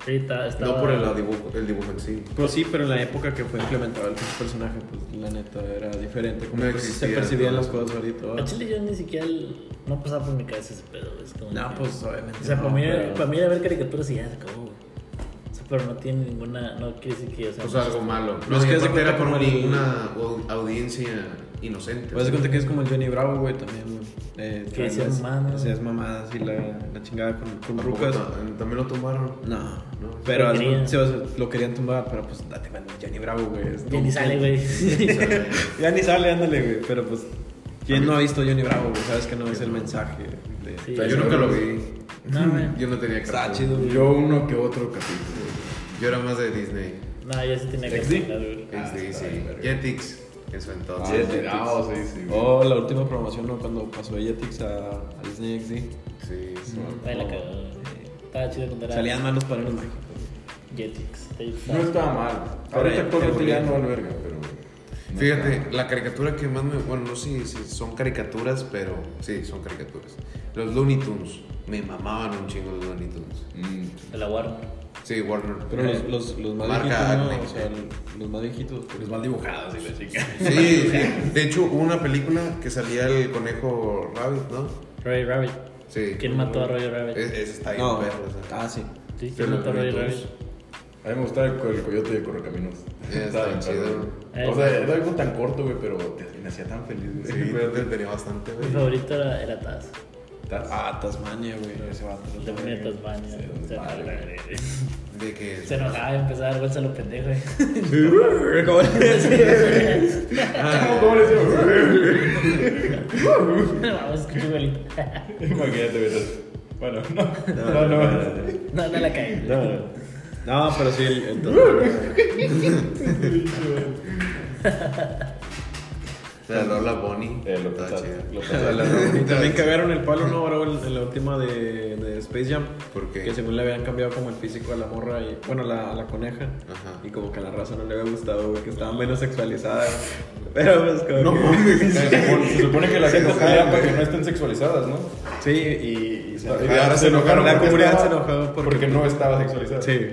Sí, está- estaba-
No por el dibujo, el dibujo en sí.
Pues sí, pero en la época que fue implementado el personaje, pues la neta era diferente. Como
No
pues, se
existía,
percibían
¿no?
las cosas ahorita. ¿va?
A Chile yo ni siquiera el- no pasaba por mi cabeza ese pedo, güey. es como
No,
que-
pues obviamente.
O sea,
no,
para, mí,
pero-
para mí era ver caricaturas y ya se acabó, güey. O sea, pero no tiene ninguna. No quiere decir que. O sea,
O sea, algo malo.
Pues
No,
es
es
que
que
hace
era
cuenta
por
como el-
una au- audiencia inocente.
Pues se cuenta que es como el Johnny Bravo, güey, también, güey. Eh,
Que
trae
hacía
las-
mamadas.
Hacías mamadas y la, la chingada con, con
Tampoco
rucas.
ta- ah, También lo tomaron.
No,
No.
pero
Lo
haz-
querían.
sí, o sea, lo querían tumbar, pero pues date cuenta, Johnny Bravo, güey. es
Ya
como-
ni sale, güey.
Ya ni sale, ándale, güey. Pero pues, ¿quién no ha visto Johnny Bravo, güey? Sabes que no es el mensaje. de-
O
Sí.
sea, yo nunca lo vi.
No,
Mm.
güey.
Yo no tenía
Está
cartón.
chido, güey.
Yo uno que otro capítulo.
Yo era más de Disney.
No, ya se tenía que
¿XD?
cancelar, güey.
Ah,
sí,
está
sí.
bien, verga.
Jetix. En su
Ah,
entonces.
ah, sí, sí. güey.
Oh, la última promoción, ¿no? Cuando pasó Jetix a, a Disney XD.
Sí, sí.
Ahí la cagó, güey. Estaba chido contar a
Salían malos para los mágicos.
Jetix.
No estaba mal.
Pero
Ahorita
ya-
actualmente ya
evolucionó.
no alberga, pero. no
Fíjate,
está-
la caricatura que más me. Bueno, no sé si son caricaturas, pero sí, son caricaturas. Los Looney Tunes. Me mamaban un chingo los Looney Tunes.
Mm,
Se la guardo.
Sí, Warner.
Pero los, los, los más
Marca
viejitos, ¿no?
Acme.
O sea, los- los más viejitos. pues,
los mal dibujados y la chica.
Sí, sí. De hecho, hubo una película que salía el conejo Rabbit, ¿no?
Roy Rabbit.
Sí.
¿Quién mató a Roy Rabbit?
Es- Ese está ahí,
No,
perro. pues, o sea.
ah, sí.
Sí,
Pero
¿quién mató a Roy
los
Rabbit?
dos.
A mí me gustaba el, el coyote de Correcaminos.
Ya,
Estaba
está
bien
chido.
padre. O sea, era algo tan corto, güey, pero te, me hacía tan feliz, güey.
Sí,
Pero-
te- tenía bastante,
Mi
güey.
favorito era, era Taz.
¿Estás?
Ah, Tasmania, güey. Ese vato.
El demonio de Tasmania.
Sí,
Se enojaba,
madre.
De que.
Se enojaba y empezaba a dar vueltas a los pendejos.
¿Cómo
güey.
Ah,
¿Cómo le decía?
Vamos, escucha, güey.
Imagínate, güey. entonces. Bueno, no. No, no.
No, no la caí.
No, no. No, pero sí, el, el Tasmania.
La Lola Bonnie.
Eh, lo
Estaba
pensaste,
chida.
lo pensaste.
La Lola Bonnie.
También cagaron el palo, ¿no? Ahora en, en la última de, de Space Jam.
¿Por qué?
Que según le habían cambiado como el físico a la morra y, bueno, a la, a la coneja.
Ajá.
Y como que a la raza no le había gustado, güey, que estaba menos sexualizada. Pero pues como
No
que-
mames.
Se supone, se supone que la
Se
gente
enojaron,
pelea para que
güey.
no estén sexualizadas, ¿no?
Sí, y, y se
Y ahora se enojaron
La
porque
comunidad se
estaba-
enojó porque...
Porque no estaba sexualizada.
Sí.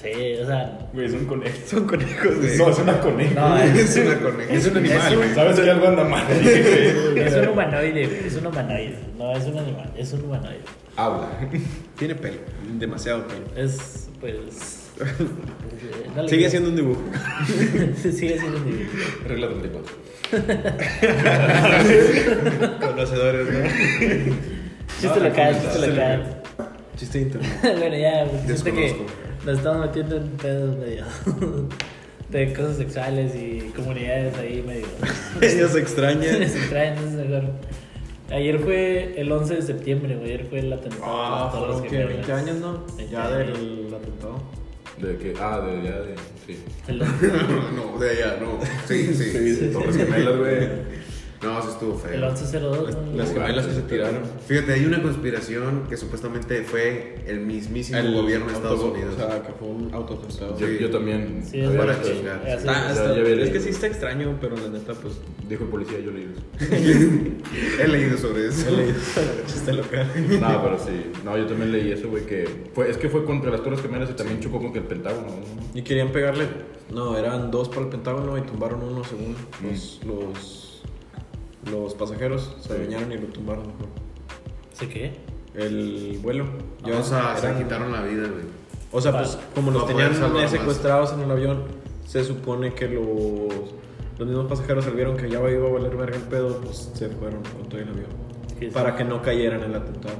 Sí, o sea.
Güey, es un conejo.
Son conejos, güey.
No, es una coneja.
No,
Es una coneja.
Es un animal, güey.
¿Sabes que algo anda mal?
Es un humanoide, güey, es un humanoide. No es un animal, es un humanoide.
Habla.
Tiene pelo. Demasiado pelo.
Es, pues. no le
Sigue
creo.
siendo un dibujo.
Sigue siendo un dibujo.
Regla 34.
Conocedores, ¿no?
Chiste
No,
local,
no,
Ah,
chiste
no,
local.
Chiste de internet.
Bueno, ya, pues, siento que
Desconozco.
nos estamos metiendo en pedos medio. de cosas sexuales y comunidades ahí medio.
Ellos extrañan.
Se traen, entonces mejor. Ayer fue el 11 de septiembre, güey. Ayer fue el atentado.
Ah,
a las Torres
fueron que
Gemelas.
20 años, ¿no?
20
Ya
años.
del atentado.
¿De qué? Ah, de ya de. Sí.
El 11.
No, de allá, no. Sí, sí.
Torres Gemelas, güey.
No, sí estuvo feo.
El 1102. ¿no?
Las gemelas que se tiraron.
Fíjate, hay una conspiración que supuestamente fue el mismísimo gobierno de Estados
autobomb,
Unidos.
O sea, que fue un autoatentado.
Yo,
Sí.
yo también.
Sí,
Para
verdad.
chingar.
Ya sé.
Ah,
o sea,
está-
ya vi el-
es que sí está extraño, pero la neta, pues,
Dijo el policía, yo leí eso.
He leído sobre eso.
chiste local.
No, pero sí. No, yo también leí eso, güey, que fue, es que fue contra las Torres Gemelas y también chocó con que el Pentágono. ¿no?
Y querían pegarle. No, eran dos para el Pentágono y tumbaron uno según los, los, los pasajeros. Se bañaron y lo tumbaron. mejor.
¿Se qué?
El vuelo.
Ya, o sea,
eran-
se quitaron la vida, güey.
O sea,
Para-
pues como los
para poder
tenían eh,
salvar más.
secuestrados en el avión, se supone que los, los mismos pasajeros al vieron que ya iba a valer verga el pedo, pues se fueron con todo el avión.
Sí,
Para
sí.
que no cayeran en el atentado.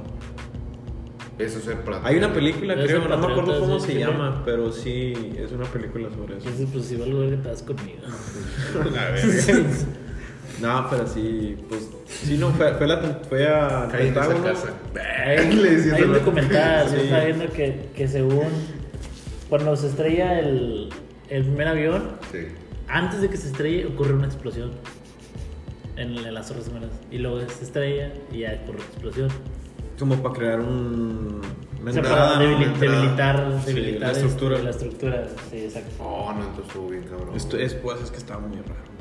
Eso es el plato.
Hay una película,
Ese
creo, no me acuerdo
patriota,
cómo
sí,
se
sí,
llama, pero sí es una película sobre eso.
Entonces, pues si va a lugar que te das conmigo.
No, pero sí, pues sí, no, fue, fue, la, fue a
Caí en esa
Pentágono.
casa.
Hay,
Le decía
hay un
solo-
documental,
Sí.
yo estaba viendo que, que según cuando se estrella el, el primer avión,
Sí.
antes de que se estrelle ocurre una explosión en, en las Torres Gemelas. Y luego se estrella y ya ocurre la explosión.
Como para crear un. una
O sea,
entrada,
para
¿no?
debili-
Una entrada.
debilitar,
Sí,
debilitar
la
este,
estructura.
la estructura, sí, exacto.
Oh, no, entonces estuvo bien, cabrón.
Esto es, pues, es que estaba muy raro.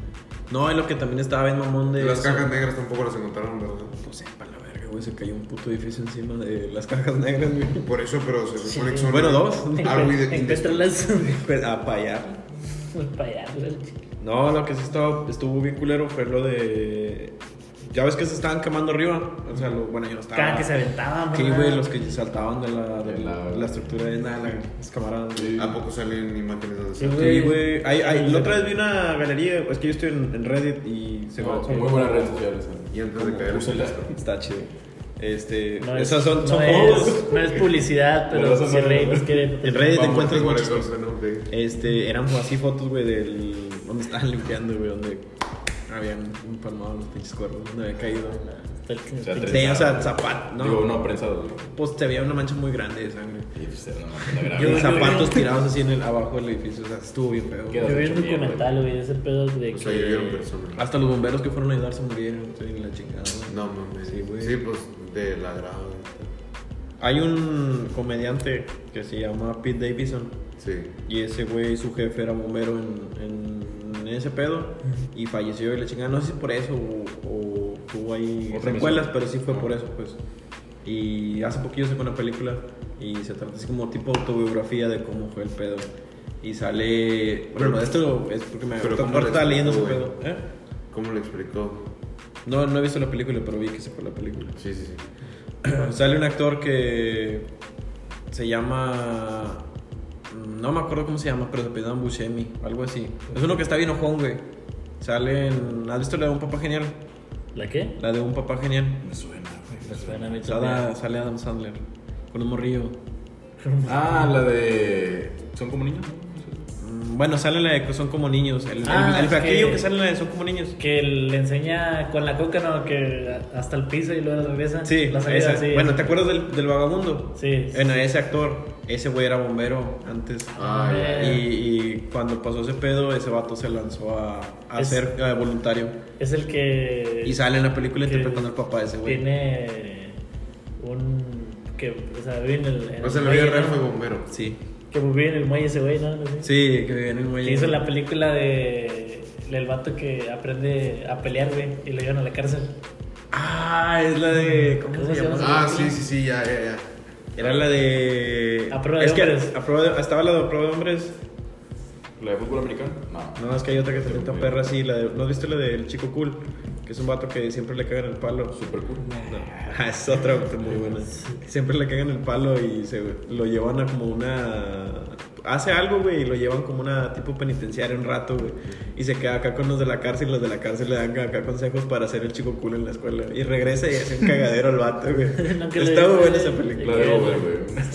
No, es lo que también estaba en mamón de.
Las
eso.
cajas negras tampoco las encontraron, ¿verdad?
No sé, para la verga, güey, se cayó un puto edificio encima de las cajas negras, güey.
Por eso, pero se supone que son.
Bueno, dos.
Algo
Encuent-
ide-
Encuéntralas
Pues, a payar.
para allá.
No, lo que sí estaba, estuvo bien culero fue lo de. Ya ves que se estaban quemando arriba. O sea, lo, bueno, yo no estaba.
Cada que se aventaban,
Ah. Sí,
¿verdad?
güey, los que saltaban de la, de
De
la,
la-
la estructura de nada, las camaradas. güey.
¿A poco salen imágenes donde
Sí,
salen?
Sí, güey. Hay- hay- la otra vez vi una galería, es que yo estoy en, en Reddit y
Ah,
se
No,
va-
son muy buenas redes sociales. ¿eh?
Y antes de caer.
Úsenlas.
Está chido. Este,
No
esas
es,
son,
no
son
es-
fotos.
no es publicidad, pero
Pero eso
si
no-
Rey nos quiere.
En Reddit
Vamos,
encuentras
igual
muchas
el
cosas.
golpe, ¿no? De-
Este, eran así fotos, güey, del. donde estaban limpiando, güey, donde habían empalmado los pinches cuervos, donde había caído.
Está el que nos
O sea,
pinche-
Sí, o sea, zapato, ¿no?
Digo, no, prensado. güey.
Pues te había una mancha muy grande de sangre.
Y pues, no, no, grave.
Yo-
Y
yo-
zapatos
yo-
tirados así en el, abajo del edificio, o sea, estuvo bien feo.
Qué
Yo vi un
Mucho miedo,
documental, güey, ese pedo de
O
que.
sea, llovieron personas.
Hasta los bomberos que fueron a ayudar se murieron, estoy en la chingada. güey.
No mames.
Sí,
Sí,
güey.
pues de la grada. güey.
Hay un comediante que se llama Pete Davidson.
Sí.
Y ese güey, su jefe era bombero en, en- en ese pedo y falleció y la chingada. No sé si por eso o, o tuvo ahí
Otra
secuelas,
misión.
pero sí fue por eso, pues. Y hace poquillo sacó una película y se trata así como tipo autobiografía de cómo fue el pedo. Y sale. Bueno, esto es porque me
pero
ahorita-
¿cómo
ahorita
lo
estaba leyendo ese
explicó,
pedo. ¿eh?
¿Cómo le explicó?
No, no he visto la película, pero vi que se fue la película.
Sí, sí, sí.
Sale un actor que se llama. No me acuerdo cómo se llama, pero se apellida Buscemi, algo así. Es uno que está bien ojón, güey. Sale en. ¿Has visto la de un papá genial?
¿La qué? Pues,
La de un papá genial.
Me suena, güey.
Me suena a mí
Sale, sale Adam Sandler con un morrillo.
también.
Ah, la de. ¿Son como niños?
Mm, Bueno, sale la de que son como niños. El, el-
Ah,
el
es que-
flaquillo que... sale en la de son como niños.
Que le enseña con la coca, ¿no? Que hasta el piso y luego regresa.
Sí,
la salida,
esa.
sí.
Bueno, ¿te acuerdas del, del vagabundo?
Sí, sí,
Bueno, ese actor, ese güey era bombero antes.
Ah,
Eh.
Y,
ya.
y cuando pasó ese pedo, ese vato se lanzó a, a
Es-
ser eh, voluntario.
Es el que.
Y sale en la película
que
interpretando al papá de ese güey.
Tiene un. Que, o sea, vive en el. en
O
el
sea, la
muelle,
vida real
¿no?
fue bombero.
Sí.
Que vive en el muelle ese güey, ¿no?
Sí, que viene el muelle.
Que hizo la película de. El vato que aprende a pelear, güey, y lo llevan a la cárcel.
Ah, es la de. ¿Cómo se llama?
Ah, sí, sí, sí, ya, ya, ya.
Era la de.
A prueba de
es que
hombres.
a prueba de- estaba la de a prueba de hombres.
¿La de fútbol americano? No.
No, es que hay otra que se pinta perra así. La de, ¿No viste la del chico cool? Que es un vato que siempre le cagan el palo.
Super cool.
No, ah, es otra muy buena. Que Siempre le cagan el palo y se lo llevan a como una. Hace algo, güey, y lo llevan como una tipo penitenciaria un rato, güey. Y se queda acá con los de la cárcel y los de la cárcel le dan acá consejos para hacer el chico culo en la escuela. Y regresa y hace un cagadero al vato, güey.
No, que
Está
le-
muy buena esa
La
película.
de Over, güey.
Es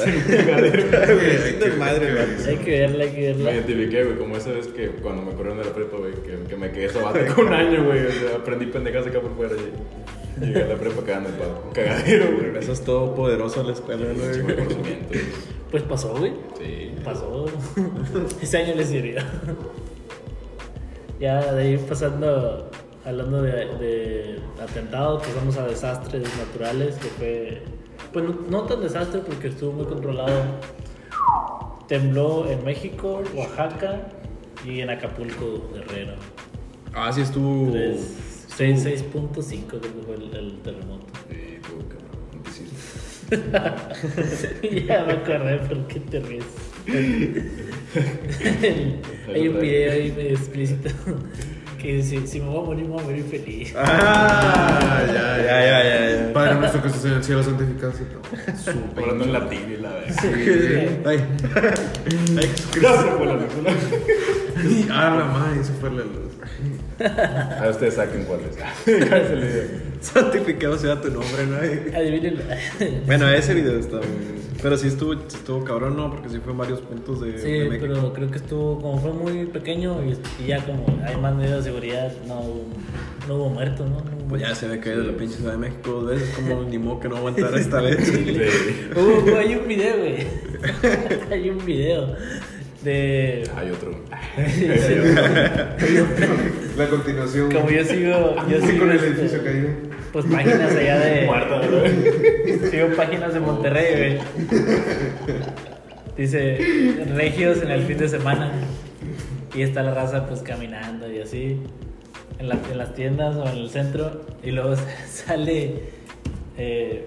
de madre, güey.
Sí.
Hay que verla, hay que
Me
verla.
identifiqué, güey, como esa vez que cuando me corrieron de la prepa, güey, que, que me quedé sobato con un año, güey. O sea, aprendí pendejas acá por fuera y llegué a la prepa cagando el palo. Un cagadero, güey.
Eso es todo poderoso la escuela,
Sí,
güey.
buen conocimiento, güey.
Pues pasó, güey.
Sí.
Pasó. Ese año le sirvió. ya de ahí pasando hablando de, de atentados, pasamos a desastres naturales, que fue, pues no, no tan desastre porque estuvo muy controlado. Tembló en México, Oaxaca y en Acapulco, Guerrero.
Ah, sí, estuvo.
Tres- seis- 6.5 creo que fue el, el terremoto.
Sí, tú, cabrón, sí, sí.
ya me acordé, ¿por qué te ríes? Hay un video ahí medio explícito que dice, si me voy a morir, me voy a morir feliz.
Ah, ya, ya, ya,
ya,
ya. Padre nuestro que estás en el cielo, santificado sea tu nombre.
Hablando en latín y la vez.
Sí. Ay,
Gracias por la lectura.
ah, la madre, eso fue la luz.
A Ah, ustedes saquen cuáles.
Santificado sea tu nombre, ¿no?
Adivinen.
Bueno, ese video está muy. Pero sí estuvo, sí estuvo cabrón, ¿no? Porque sí fue en varios puntos de,
Sí,
de México.
pero creo que estuvo, como fue muy pequeño y, y ya como hay más medidas de seguridad, no, hubo- no hubo muertos, ¿no? No hubo-
Pues ya se había caído la pinche Ciudad de México dos veces, como ni modo que no aguantara esta vez.
Hubo- hubo- hay un video, güey. hay un video de...
Hay otro.
La continuación.
Como yo sigo... Yo
Sí,
sigo
con el
este,
edificio caído.
Pues páginas allá de...
Muerto, güey.
Sigo páginas de Monterrey, güey. Dice, regios en el fin de semana. Y está la raza pues caminando y así. En, la- en las tiendas o en el centro. Y luego sale eh,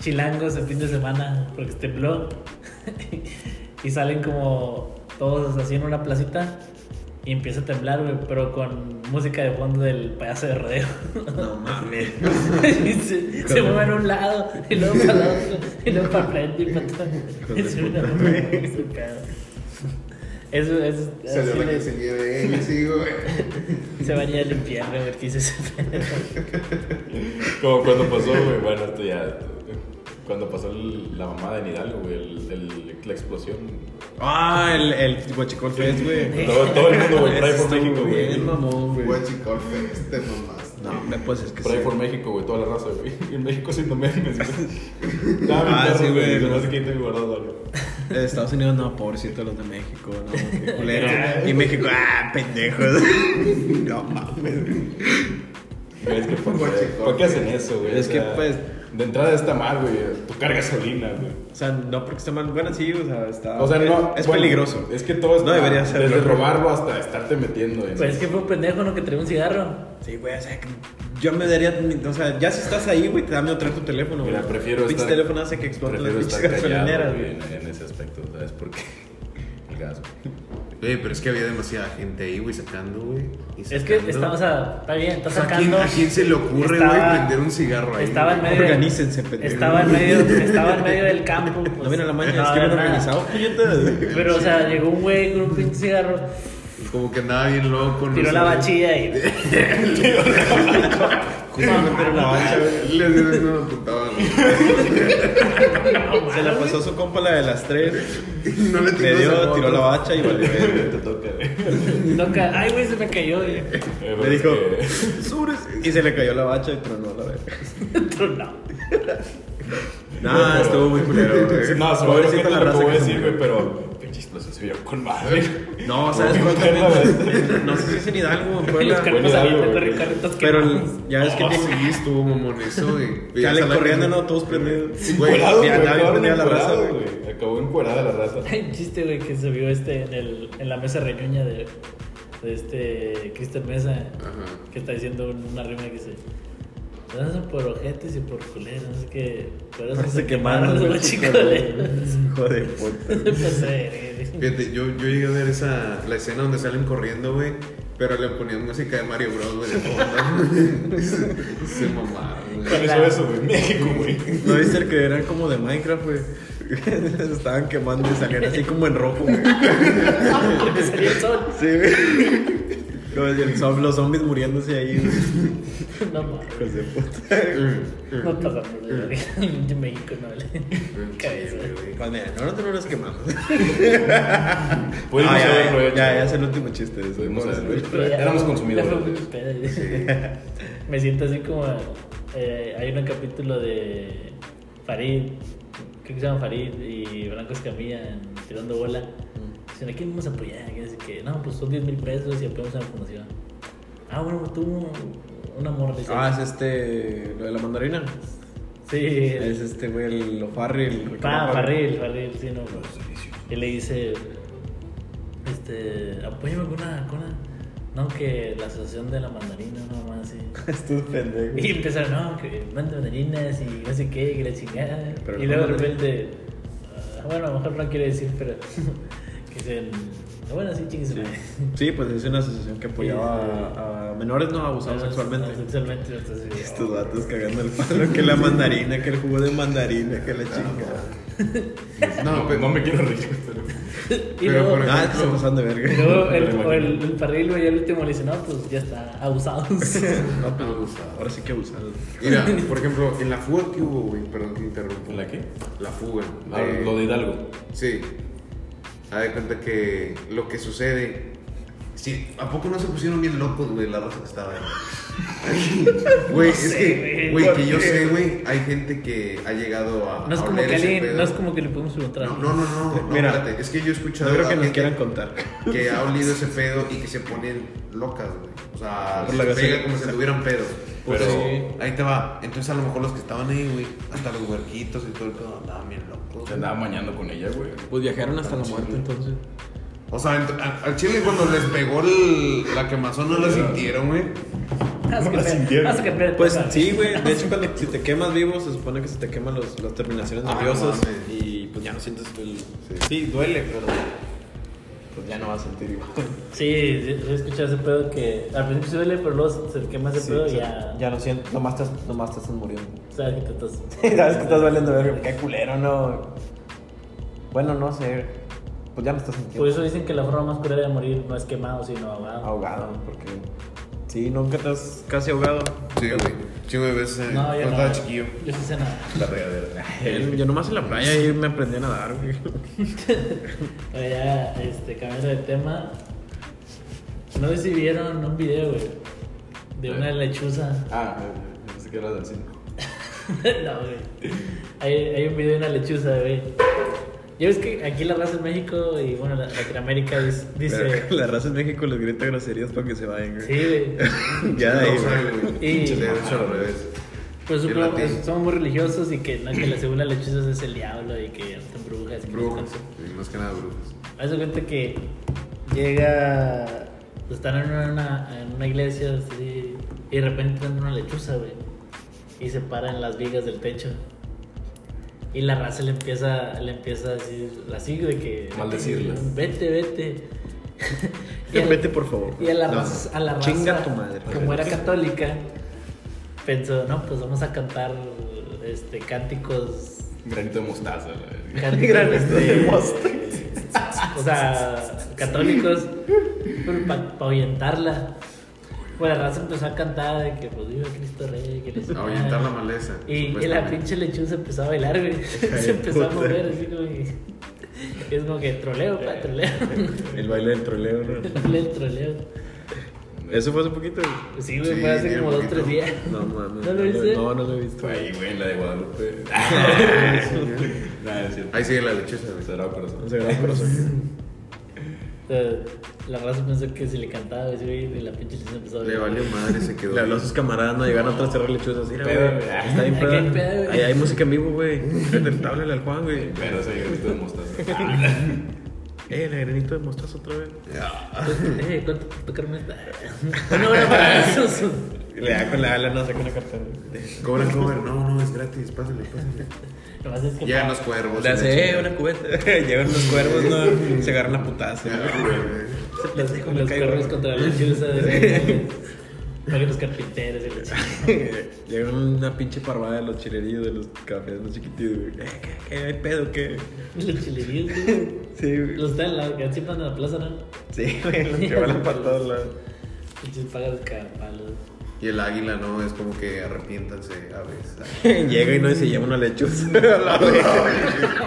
chilangos el fin de semana porque tembló. y salen como todos así en una placita. Y empieza a temblar, güey, pero con música de fondo del payaso de rodeo.
No mames.
Y se, se mueven a un lado y luego para el otro y luego para frente y para atrás. Es una ese pedo. Eso, eso,
Se
así
le va
le-
que se lleve, eh, yo sigo, güey.
se van a ir al infierno porque hice ese pedo.
Como cuando pasó, güey. Bueno, esto ya. Cuando pasó el- la mamada en Hidalgo, güey. el- el- la explosión.
Ah, el, el Huachicol Fest, güey.
Todo, todo el mundo, güey. Trae por
Estuvo
México,
bien,
güey.
mamón, güey.
Güey, chico, este nomás.
No, me- pues es que
Trae
sí.
por México, güey. Toda la raza, güey. Y en México siendo memes, güey. Nada,
Ah,
mi perro,
sí, güey.
Se me hace que ahí tengo guardado algo.
Eh, Estados Unidos, no, pobrecito los de México, no, qué culero. y México, ah, pendejos. no mames.
Güey, es que, ¿por, qué-
Guachicol.
por qué hacen eso, güey?
Es que, pues-
De entrada está mal, güey. Tocar gasolina, güey.
O sea, no porque está mal. Bueno, sí, o sea, está.
O sea, no.
Ah, Es
bueno,
peligroso.
Es que todo es.
No debería ser.
Desde robarlo hasta estarte metiendo, en-
Pues es que fue un pendejo no que traía un cigarro.
Sí, güey, o sea, que yo me daría. O sea, ya si estás ahí, güey, te dame otra tu teléfono, güey.
Mira, prefiero
Pinche
estar-
teléfono hace que exploten las
Prefiero
pinches
estar callado
gasolineras,
güey,
güey.
en, en ese aspecto, ¿sabes por qué? El gas, güey.
Oye, pero es que había demasiada gente ahí, güey, sacando, güey. y
Es que
sacando.
estamos a. Está bien, está
O sea, ¿a quién-
sacando.
¿A quién se le ocurre, güey,
Estaba-
prender un cigarro ahí?
Estaba en
güey?
medio.
Organícense, pendejo.
Estaba en medio, estaba en medio del campo.
No
pues,
viene la mañana,
no
es que bien
había nada.
organizado. puñetas.
Pero, o sea, llegó un güey con un pinche cigarro,
Como que andaba bien loco. no
tiró
sé.
la bachilla y.
Justamente era una bacha, güey.
Le dieron una puntada.
Se la pasó su compa la de las tres.
No le tiró
Le
esa
dio,
moto.
tiró la bacha y valió. verga.
Te toca, güey.
Toca, ay, güey, se me cayó. Y...
Pero
Le
es
dijo,
que-
"Sobres", Y se le cayó la bacha y tronó la verga.
Tronado.
Nah,
pero-
estuvo muy culero. güey.
No, se me
Pobrecita
que
la
lo que
raza
voy a
que se
decir,
murió.
güey, pero. Pinche explosión se vio con madre.
No, ¿sabes
Güey,
cuál
verga,
también? No sé si es en Hidalgo o en
Los
Puebla.
carros
algo,
saliendo,
güey.
corri- carritos
Pero el-
quemados.
ya ves que
Oh,
tiene.
sí, estuvo mamón eso, güey.
Ya le
Esa la-
corriendo, ¿no? Todos prendidos.
Güey,
Encuerado,
ya
güey,
andaba bien
acabaron
prendida la raza,
encuerado, güey. Acabó encuerada la raza.
Hay un chiste, güey, que se vio este en, el, en la mesa reñuña de, de este Cristian Mesa,
Ajá.
que está diciendo una rima que dice: No son por ojetes y por culeros, es que por eso
Parece
se
que mandan
quemaron los chicoleros.
Hijo de puta.
Pues, eh, güey.
Fíjate, yo, yo llegué a ver esa, la escena donde salen corriendo, güey, pero le ponían música de Mario Bros, güey, de fondo. Se- Se mamaron, güey.
¿Cuál hizo eso, güey? México, güey.
¿No viste el que eran como de Minecraft, güey? Se estaban quemando y salían así como en rojo, güey.
Ah, Porque salió el sol.
Sí, güey. No, y el zom- los zombies muriéndose ahí, güey.
No mames.
Hijos de puta.
No pasa por el de México, no vale. Cabeza.
Pues mira, nosotros no nos quemamos.
Pudimos
Ah, ya,
haberlo hecho.
Ya, ya es el último chiste de eso.
Pudimos
Pobre-
haberlo hecho.
Pero ya-
Éramos
ya
consumidores,
fue muy
güey.
pedo, güey. Me siento así como. eh, hay un capítulo de Farid, creo que se llama Farid y Blanco Escamilla en Tirando Bola. Dicen, ¿a quién vamos a apoyar? Y así que, no, pues son 10 mil pesos y apoyamos a la fundación. Ah, bueno, tú, un amor de
Ah, es este. Lo de la mandarina.
Sí,
Es este, güey, el O'Farrell. el Ricardo
Ah,
O'Farrell.
barril, barril, sí, no. Y le dice, este, apóyame con una, con una, no, que la asociación de la mandarina, no, más así.
Estos pendejos.
Y empezaron, no, que vende mandarinas y no sé qué, que la chingada.
Pero
y
no
luego de
mandarín.
repente, ah, bueno, a lo mejor no quiere decir, pero que dicen, "Ah, bueno, sí, chingues.
Sí. Sí, pues es una asociación que apoyaba a, a menores no abusados sexualmente.
Sexualmente, entonces.
Estos datos cagando el palo, que la mandarina, que el jugo de mandarina, que la chingada.
No, pero,
no me quiero reír. pero-
Y
pero
luego,
por
Ah, estos se pasan de
y
verga.
luego el, o el, el barril, güey, al último le dice, no, pues ya está, abusados.
No, pues Ahora sí que abusado.
Mira, por ejemplo, en la fuga que hubo, güey, perdón que interrumpo.
¿En la qué?
La fuga. Eh,
Ah, Lo de Hidalgo.
Sí. Haz de cuenta que lo que sucede. Sí, ¿a poco no se pusieron bien locos, güey, la raza que estaba ahí? Güey,
No
es
sé,
que,
güey,
güey,
¿por
que yo
qué?
sé, güey, hay gente que ha llegado a.
No es
a
como
oler
que
ese
alguien,
pedo.
no es como que le podemos preguntar.
No, no, no, no, no,
Mira,
espérate, es que yo he
No
escuchado
creo
a
que nos
gente
quieran contar.
que ha olido ese pedo y que se ponen locas, güey. O sea,
Por
se
la
pega
gasolina.
como si tuvieran pedo.
Pues
Pero
sí.
ahí te va. Entonces a lo mejor los que estaban ahí, güey, hasta los huerquitos y todo el pedo andaban bien locos.
Se andaba mañando con ella, güey.
Pues viajaron hasta la muerte entonces.
O sea, ent- a- al chile cuando les pegó el- la quemazón no la sintieron, güey.
Haz que
la
pe-
sintieron.
haz que pe-
Pues
toca.
sí, güey. De hecho, cuando si te quemas vivo, se supone que se te queman los, las terminaciones
Ah,
nerviosas.
mames.
y pues ya no sientes el. Sí. duele, pero. Pues ya no vas a sentir igual.
Sí, sí, sí, he escuchado ese pedo que al principio se duele, pero luego se quema ese
Sí,
pedo
o
y
sea,
ya,
ya lo siento. Nomás te, nomás te estás muriendo.
sabes que te estás.
Sabes que estás valiendo verga. Qué culero, no. Bueno, no sé. Pues ya no estás sintiendo.
Por eso dicen que la forma más cruel de morir no es quemado, sino ahogado.
Ah,
ahogado, porque. Sí, nunca estás casi ahogado.
Sí, güey. Chingo de veces eh,
No,
cuando
yo no.
estaba chiquillo.
Yo sí sé nada.
La regadera.
Yo nomás en la playa ahí me aprendí a nadar, güey.
Pero ya, este, cambiando de tema. No sé si vieron un video, güey, de una
Eh.
lechuza.
Ah, eh, pensé que era del cine.
no, güey. Hay, hay un video de una lechuza, güey. Ya ves que aquí la raza en México y bueno, la- Latinoamérica es- dice.
La raza en México les grita groserías para que se vayan, güey.
Sí, güey.
Ya de ahí,
No,
güey.
sabe,
Y-
güey. Se le ha hecho al revés.
Pues
Bien
supongo
latín.
que son muy religiosos y que, no, que la segunda lechuza es el diablo y que son brujas. y que
Brujas.
no sé cuánto.
Sí, Más que nada brujas.
Haz de cuenta que llega. pues, Están en una, en una iglesia así, y de repente entra una lechuza, güey. Y se para en las vigas del techo. Y la raza le empieza, le empieza a decir así, de que.
Maldecirla.
Vete, vete. Y al-
Vete, por favor.
y a la
No,
raza,
no.
a la raza,
Chinga tu madre.
como era católica, pensó, no, pues vamos a cantar este, cánticos.
Granito de mostaza, la verga.
cánticos este, o sea, católicos, para ahuyentarla. Bueno, la raza empezó a cantar de que, pues, viva Cristo Rey, que les
A ahuyentar la maleza,
Y, y la
supuestamente.
pinche lechuza empezó a bailar, güey. Se empezó a mover, así como que. Es como que troleo, pa, troleo.
El baile del troleo, ¿no?
El troleo. Pues
Eso fue hace poquito. güey.
Sí, güey,
Sí,
fue hace
tiene
como dos,
poquito.
tres días.
No mames.
¿No lo viste?
No, no lo he visto.
Fue ahí, güey, en la de Guadalupe. Nada, es cierto.
Ahí sigue la lechuza, güey.
Cerrado corazón.
Se grabó con los oídos.
O sea, la raza pensó que se le cantaba ese güey y la pinche lechuza empezó a
Le valió madre, se quedó.
Le habló a sus camaradas, no llegaron otras tierras lechuzas. Mira, güey.
Pedo, güey.
Está bien
Aquí hay pedo,
pedo.
güey.
Ahí ah, hay música en vivo, güey. Háblale al Juan, güey.
Pero ese granito de mostaza.
Eh, el granito de mostaza otra vez.
Eh, ¿cuánto tocarme esta? Una hora Ah, para eso.
Le da con la ala, no sé, con la cartera.
Cobran cover. No, no, es gratis. Pásale, pásale.
Nomás es que
Llegan
pa-
los cuervos.
Le hace, eh, una cubeta. Llevan los cuervos, ¿no? Se agarran la putaza.
cubeta.
los,
dijo, me
los
caigo.
correos contra la lechuza.
Sí.
Para los carpinteros y la chingada.
Llegaron una pinche parvada de los chilerillos, de los cafés, los chiquititos, güey. Eh, ¿Qué, qué, hay pedo, qué?
Los chileríos, güey.
Sí, güey.
Los están en la, que siempre andan en la plaza, ¿no?
Sí, güey, los que van para todos lados.
Pinches pagas carpalos.
Y el águila, ¿no? Es como que arrepiéntanse a veces.
Llega y no se lleva una lechuza. La verga.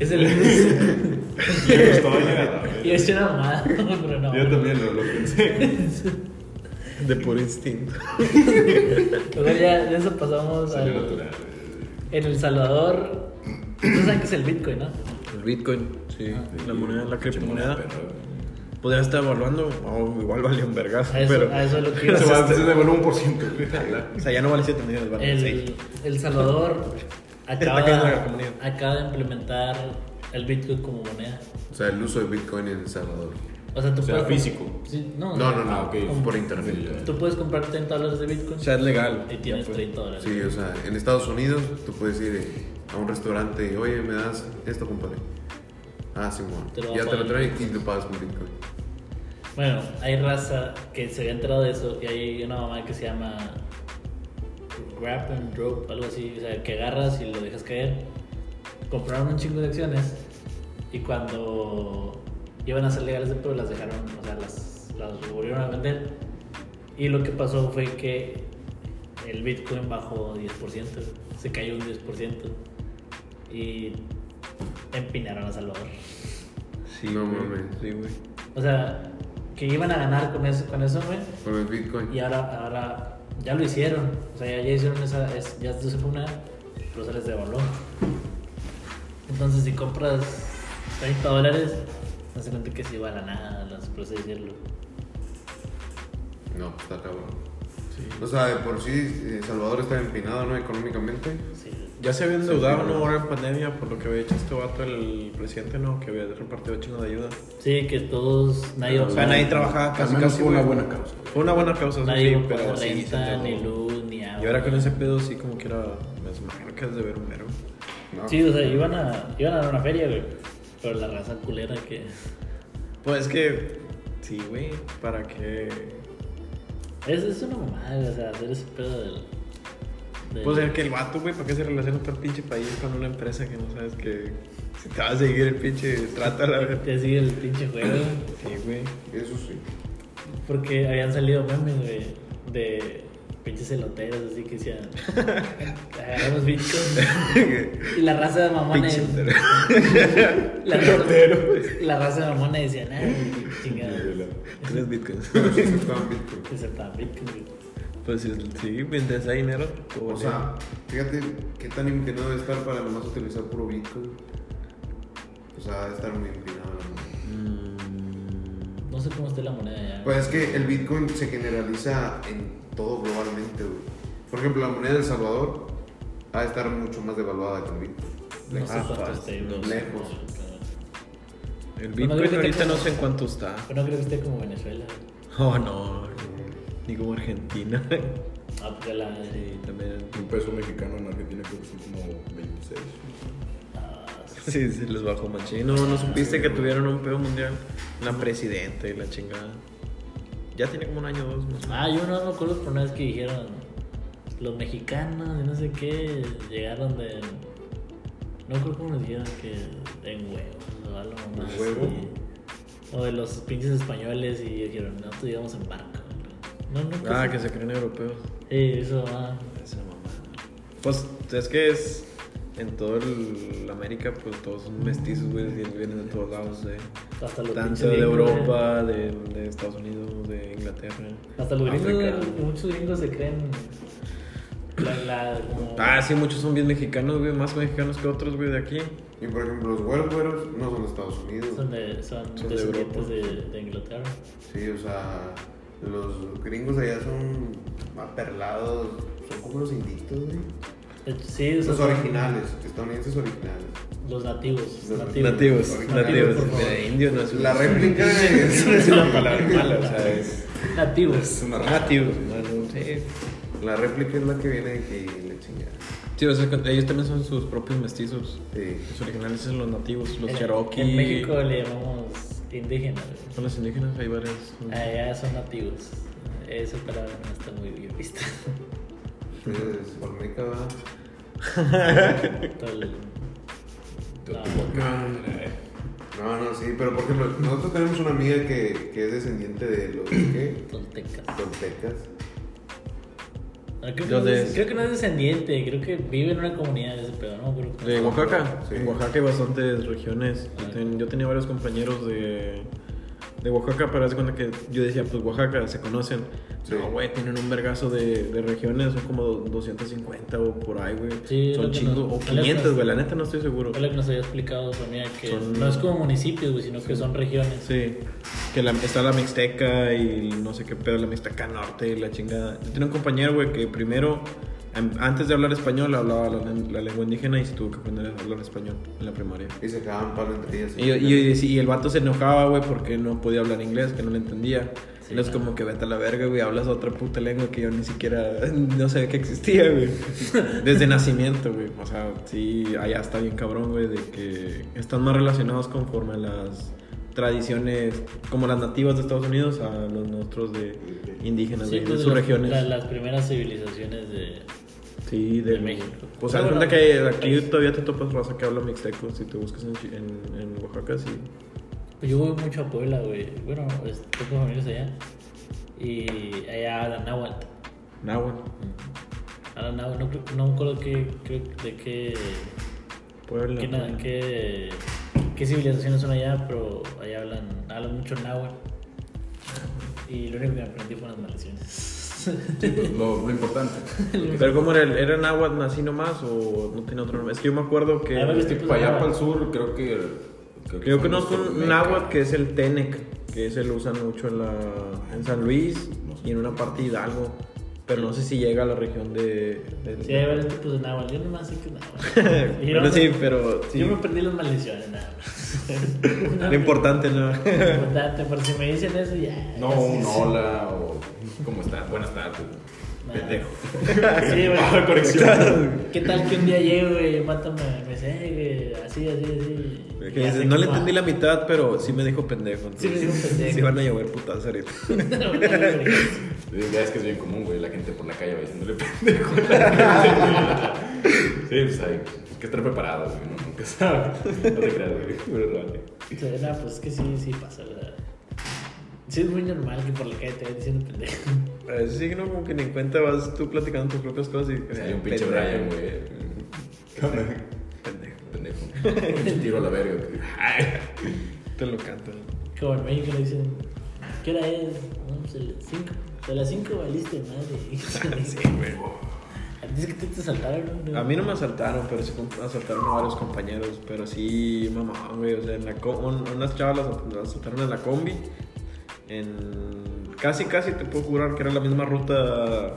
Es el.
Yo no estaba llegando.
Y es una mamada, pero no.
Yo también lo, lo pensé.
de puro instinto.
O sea, ya de eso pasamos
Salió
al.
natural.
En El Salvador, tú sabes que es el Bitcoin, ¿no?
El Bitcoin, Ah, sí. la moneda, la criptomoneda.
Pinche moneda, perro, güey.
podría estar evaluando, o igual vale un vergazo,
A eso,
pero...
a eso es lo que iba.
Se va se devaluó un por ciento.
O sea, ya no vale 7 millones, vale 6.
El, el Salvador acaba,
Está cayendo la comunidad.
acaba de implementar el Bitcoin como moneda.
O sea, el uso de Bitcoin en El Salvador.
O sea, tú
O sea,
puedes-
físico.
Sí, no,
No, no, no,
Ah, ok.
por internet.
Tú puedes comprar 30 dólares de Bitcoin.
O sea, es legal.
Y tienes
Ya fue.
30 dólares.
Sí, o sea, en Estados Unidos tú puedes ir eh, a un restaurante y, oye, me das esto, compadre. Ah, Simón.
Te lo va
ya
a
te lo
pagar.
traen y lo pagas con Bitcoin.
Bueno, hay raza que se había enterado de eso y hay una mamá que se llama Grab and Drop, algo así, o sea, que agarras y lo dejas caer. Compraron un chingo de acciones y cuando iban a ser legales de pero las dejaron, o sea, las, las volvieron a vender. Y lo que pasó fue que el Bitcoin bajó 10%, se cayó un 10% y empinaron a Salvador.
Sí,
No
güey,
mames.
Sí, güey.
O sea, que iban a ganar con eso, con eso, güey.
Con el Bitcoin.
Y ahora, ahora ya lo hicieron. O sea, ya, ya hicieron esa. es- ya se fue una. Pero se les devaluó. Entonces, si compras 30 dólares, no se cuenta que se iba a la nada, las por así decirlo.
No, pues, está cabrón. O sea, de por sí, eh, Salvador está empinado, ¿no? Económicamente.
Sí.
Ya se había endeudado, ¿no? Ahora en pandemia, por lo que había hecho este vato, el presidente, ¿no? Que había repartido chingo de ayuda.
Sí, que todos. Nadie
O sea, nadie trabajaba casi,
Al menos
casi,
fue una
güey.
buena causa.
Fue una buena causa, eso
Nadie
sí,
iba a
pero
pagar
sí. se
renta, ni
endeudó.
luz, ni agua.
Y ahora con ese pedo, sí, como que era. Es malo que has de ver un mero.
No.
Sí, o sea, iban a, iban a dar una feria, güey. Pero la raza culera que.
Pues es que. Sí, güey. ¿Para qué?
Es, es una mamada, güey, o sea, hacer ese pedo del. del-
Pues es que el vato, güey, ¿para qué se relaciona todo el pinche país con una empresa que no sabes que. Si te va a seguir el pinche trata, la verdad.
Te sigue el pinche juego.
Sí, güey.
Eso sí.
Porque habían salido memes de, de pinches celoteros, así que decían: Agarramos Bitcoin. y la raza de mamones.
Pinche trata.
La raza, la raza de mamones decían: Ay, chingada.
Tres bitcoins.
Pero sí se ocupaban Bitcoin.
Aceptaban Bitcoin. güey.
Pues sí, mientras hay dinero. todo
O
vale.
sea, fíjate qué tan empinado debe estar para nomás utilizar puro Bitcoin. O sea, debe estar muy empinado. ¿no?
Mm,
No sé cómo esté la moneda ya.
Pues es que el Bitcoin se generaliza en todo globalmente, güey. Por ejemplo, la moneda de El Salvador ha de estar mucho más devaluada que el Bitcoin.
no sé
ah,
cuánto
pues,
esté.
no
güey.
sé.
El
Bueno, yo
Bitcoin
creo que
ahorita
tengo-
no sé en cuánto está.
Pero no creo que esté como Venezuela.
Oh, no. Ni como Argentina.
Ah, porque la.
Sí, también.
Un peso mexicano en Argentina creo que son como 26.
Ah,
Sí, se les bajó machín. No, no supiste que tuvieron un pedo mundial. La presidenta y la chingada. Ya tiene como un año o dos más. o menos.
Ah, yo no me acuerdo por una vez que dijeron los mexicanos y no sé qué llegaron de. No creo cómo nos dijeron que en huevos o algo más.
huevo?
y- o de los pinches españoles y dijeron, no, tú íbamos en barco. No, no.
Ah,
pues-
que se creen europeos.
Sí, eso ah, va.
Esa mamá. Pues es que es. En todo el América, pues todos son mestizos, güey. y Vienen de todos lados, eh.
Hasta los pinches
Tanto de
gringos,
Europa, de, de Estados Unidos, de Inglaterra.
güey. Hasta los gringos,
África.
güey, muchos gringos se creen. La, la, como-
Ah, sí, muchos son bien mexicanos, güey. Más mexicanos que otros, güey, de aquí.
Y por ejemplo, los güeros güeros no son de Estados Unidos.
Son, de, son,
Son de
descendientes
Europa.
de, de Inglaterra.
Sí, o sea, los gringos allá son aperlados, son como los inditos, güey.
De hecho, Sí, esos
Los originales, estadounidenses originales.
Los nativos.
Los
nativos.
Nativos,
Nativos,
nativos.
por favor.
De indio no es un-
La réplica es,
es una palabra mala, o sea, es.
Nativos.
una
Nativos, no, no, sí.
La réplica es la que viene de que le chingada.
Sí, o sea, que ellos también son sus propios mestizos.
Sí.
Los originales son los nativos, los
En-
cherokee.
En México le llamamos indígenas. güey.
Son los indígenas, hay varios.
Allá son nativos. Esa palabra no está muy bien vista.
Entonces, Olmeca va.
Todo el- No.
No, no, sí, pero por ejemplo, nosotros tenemos una amiga que, que es descendiente de los ¿qué?
Toltecas.
Toltecas.
No, Ah, creo, que no
Entonces-
es, creo que no es descendiente, creo que vive en una comunidad de ese pedo, ¿no? Creo que-
De Oaxaca.
Sí.
En Oaxaca hay bastantes regiones. Yo, ten- yo tenía varios compañeros de, de Oaxaca, pero hace cuenta que yo decía, pues Oaxaca, se conocen.
Sí.
No, güey, tienen un vergazo de, de regiones, son como 250 o por ahí, güey.
Sí,
son
lo que
chingos, o
nos- es lo que
500,
nos-
güey, la neta no estoy seguro.
Es lo que nos había explicado tu amiga, que
Son-
no es como municipios, güey, sino que son regiones.
Sí, que la- está la Mixteca y no sé qué pedo, la Mixteca Norte y la chingada. Yo tenía un compañero, güey, que primero, an- antes de hablar español, hablaba la, la lengua indígena y se tuvo que aprender a hablar español en la primaria.
Y se cagaban palo entre ellas.
Y, y- y- y el vato se enojaba, güey, porque no podía hablar inglés, que no le entendía.
Sí,
y es
claro.
como que vete a la verga, güey, hablas otra puta lengua que yo ni siquiera no sabía que existía, güey. Desde nacimiento, güey. O sea, sí, allá está bien cabrón, güey, de que están más relacionados conforme a las tradiciones, como las nativas de Estados Unidos, a los nuestros de indígenas,
Sí,
güey,
pues,
de sus
las-
regiones.
la- las primeras civilizaciones de.
Sí, de,
De México.
O sea, cuenta
Pero bueno,
que
pues
aquí
país.
todavía te topas raza que habla mixteco si te buscas en, Chi- en, en Oaxaca, sí.
Pues yo voy mucho a Puebla, güey. Bueno, pues, tengo familias allá. Y allá hablan náhuatl.
Nahua,
Hablan náhuatl. No, creo- no me acuerdo qué, creo de qué,
Puebla.
qué, na- qué, qué civilizaciones son allá, pero allá hablan, hablan mucho náhuatl. Y lo único que aprendí fue las maldiciones.
Lo, lo importante.
Pero ¿cómo era? el- ¿Era náhuatl así nomás o no tiene otro nombre? Es que yo me acuerdo que...
A ver, este-
Sí, para allá, para el sur, creo que. creo que
Yo
son
conozco
los
un
Olmeca.
náhuatl que es el Tenec, que ese lo usan mucho en, la, en San Luis y en una parte de Hidalgo. Pero no sé si llega a la región de... de-
Sí, hay varios tipos de náhuatl. Yo nomás sé que es náhuatl. Y
bueno,
no-
sí, pero... sí.
Yo me aprendí las maldiciones, nada más.
Lo importante, ¿no?
Lo importante, por si me dicen eso, ya.
No,
ya sí,
un
sí.
hola o. ¿Cómo estás? Buenas tardes.
Nah.
Pendejo.
Sí,
Ah,
güey.
corrección.
¿Qué tal que un día llego, güey? El vato me, me dice, "Eh, güey, así, así, así.
Que
Ya
dices,
sé
no le
cómo
entendí
va.
la mitad, pero sí me dijo pendejo.
Sí me dijo
entonces,
pendejo.
Sí van a llover putas ahorita.
No, no, güey.
Ya es que es bien común, güey. La gente por la calle va diciéndole pendejo. sí, pues hay hay que estar preparado, güey. Uno nunca sabe. No te creas, güey. Pero vale.
O sea, nah, pues es que sí, sí pasa. La... Sí, es muy normal que por la calle te vayan diciendo pendejo.
Eh, Sí, no, como que ni en cuenta vas tú platicando tus propias cosas y...
Hay un pinche
Pendejo.
Brian, güey.
Pendejo.
Pendejo. Pinche tiro a la verga. güey. Ay.
Te lo canto.
Como en México le dicen, ¿qué hora es? No, pues a las 5. A las 5 valiste, madre. sí, güey. Antes que te, te saltaron, ¿no?
A mí no me asaltaron, pero sí asaltaron a varios compañeros. Pero sí, mamá, güey. O sea, en la co- un- unas chavas las asaltaron en la combi. En... Casi, casi te puedo jurar que era la misma ruta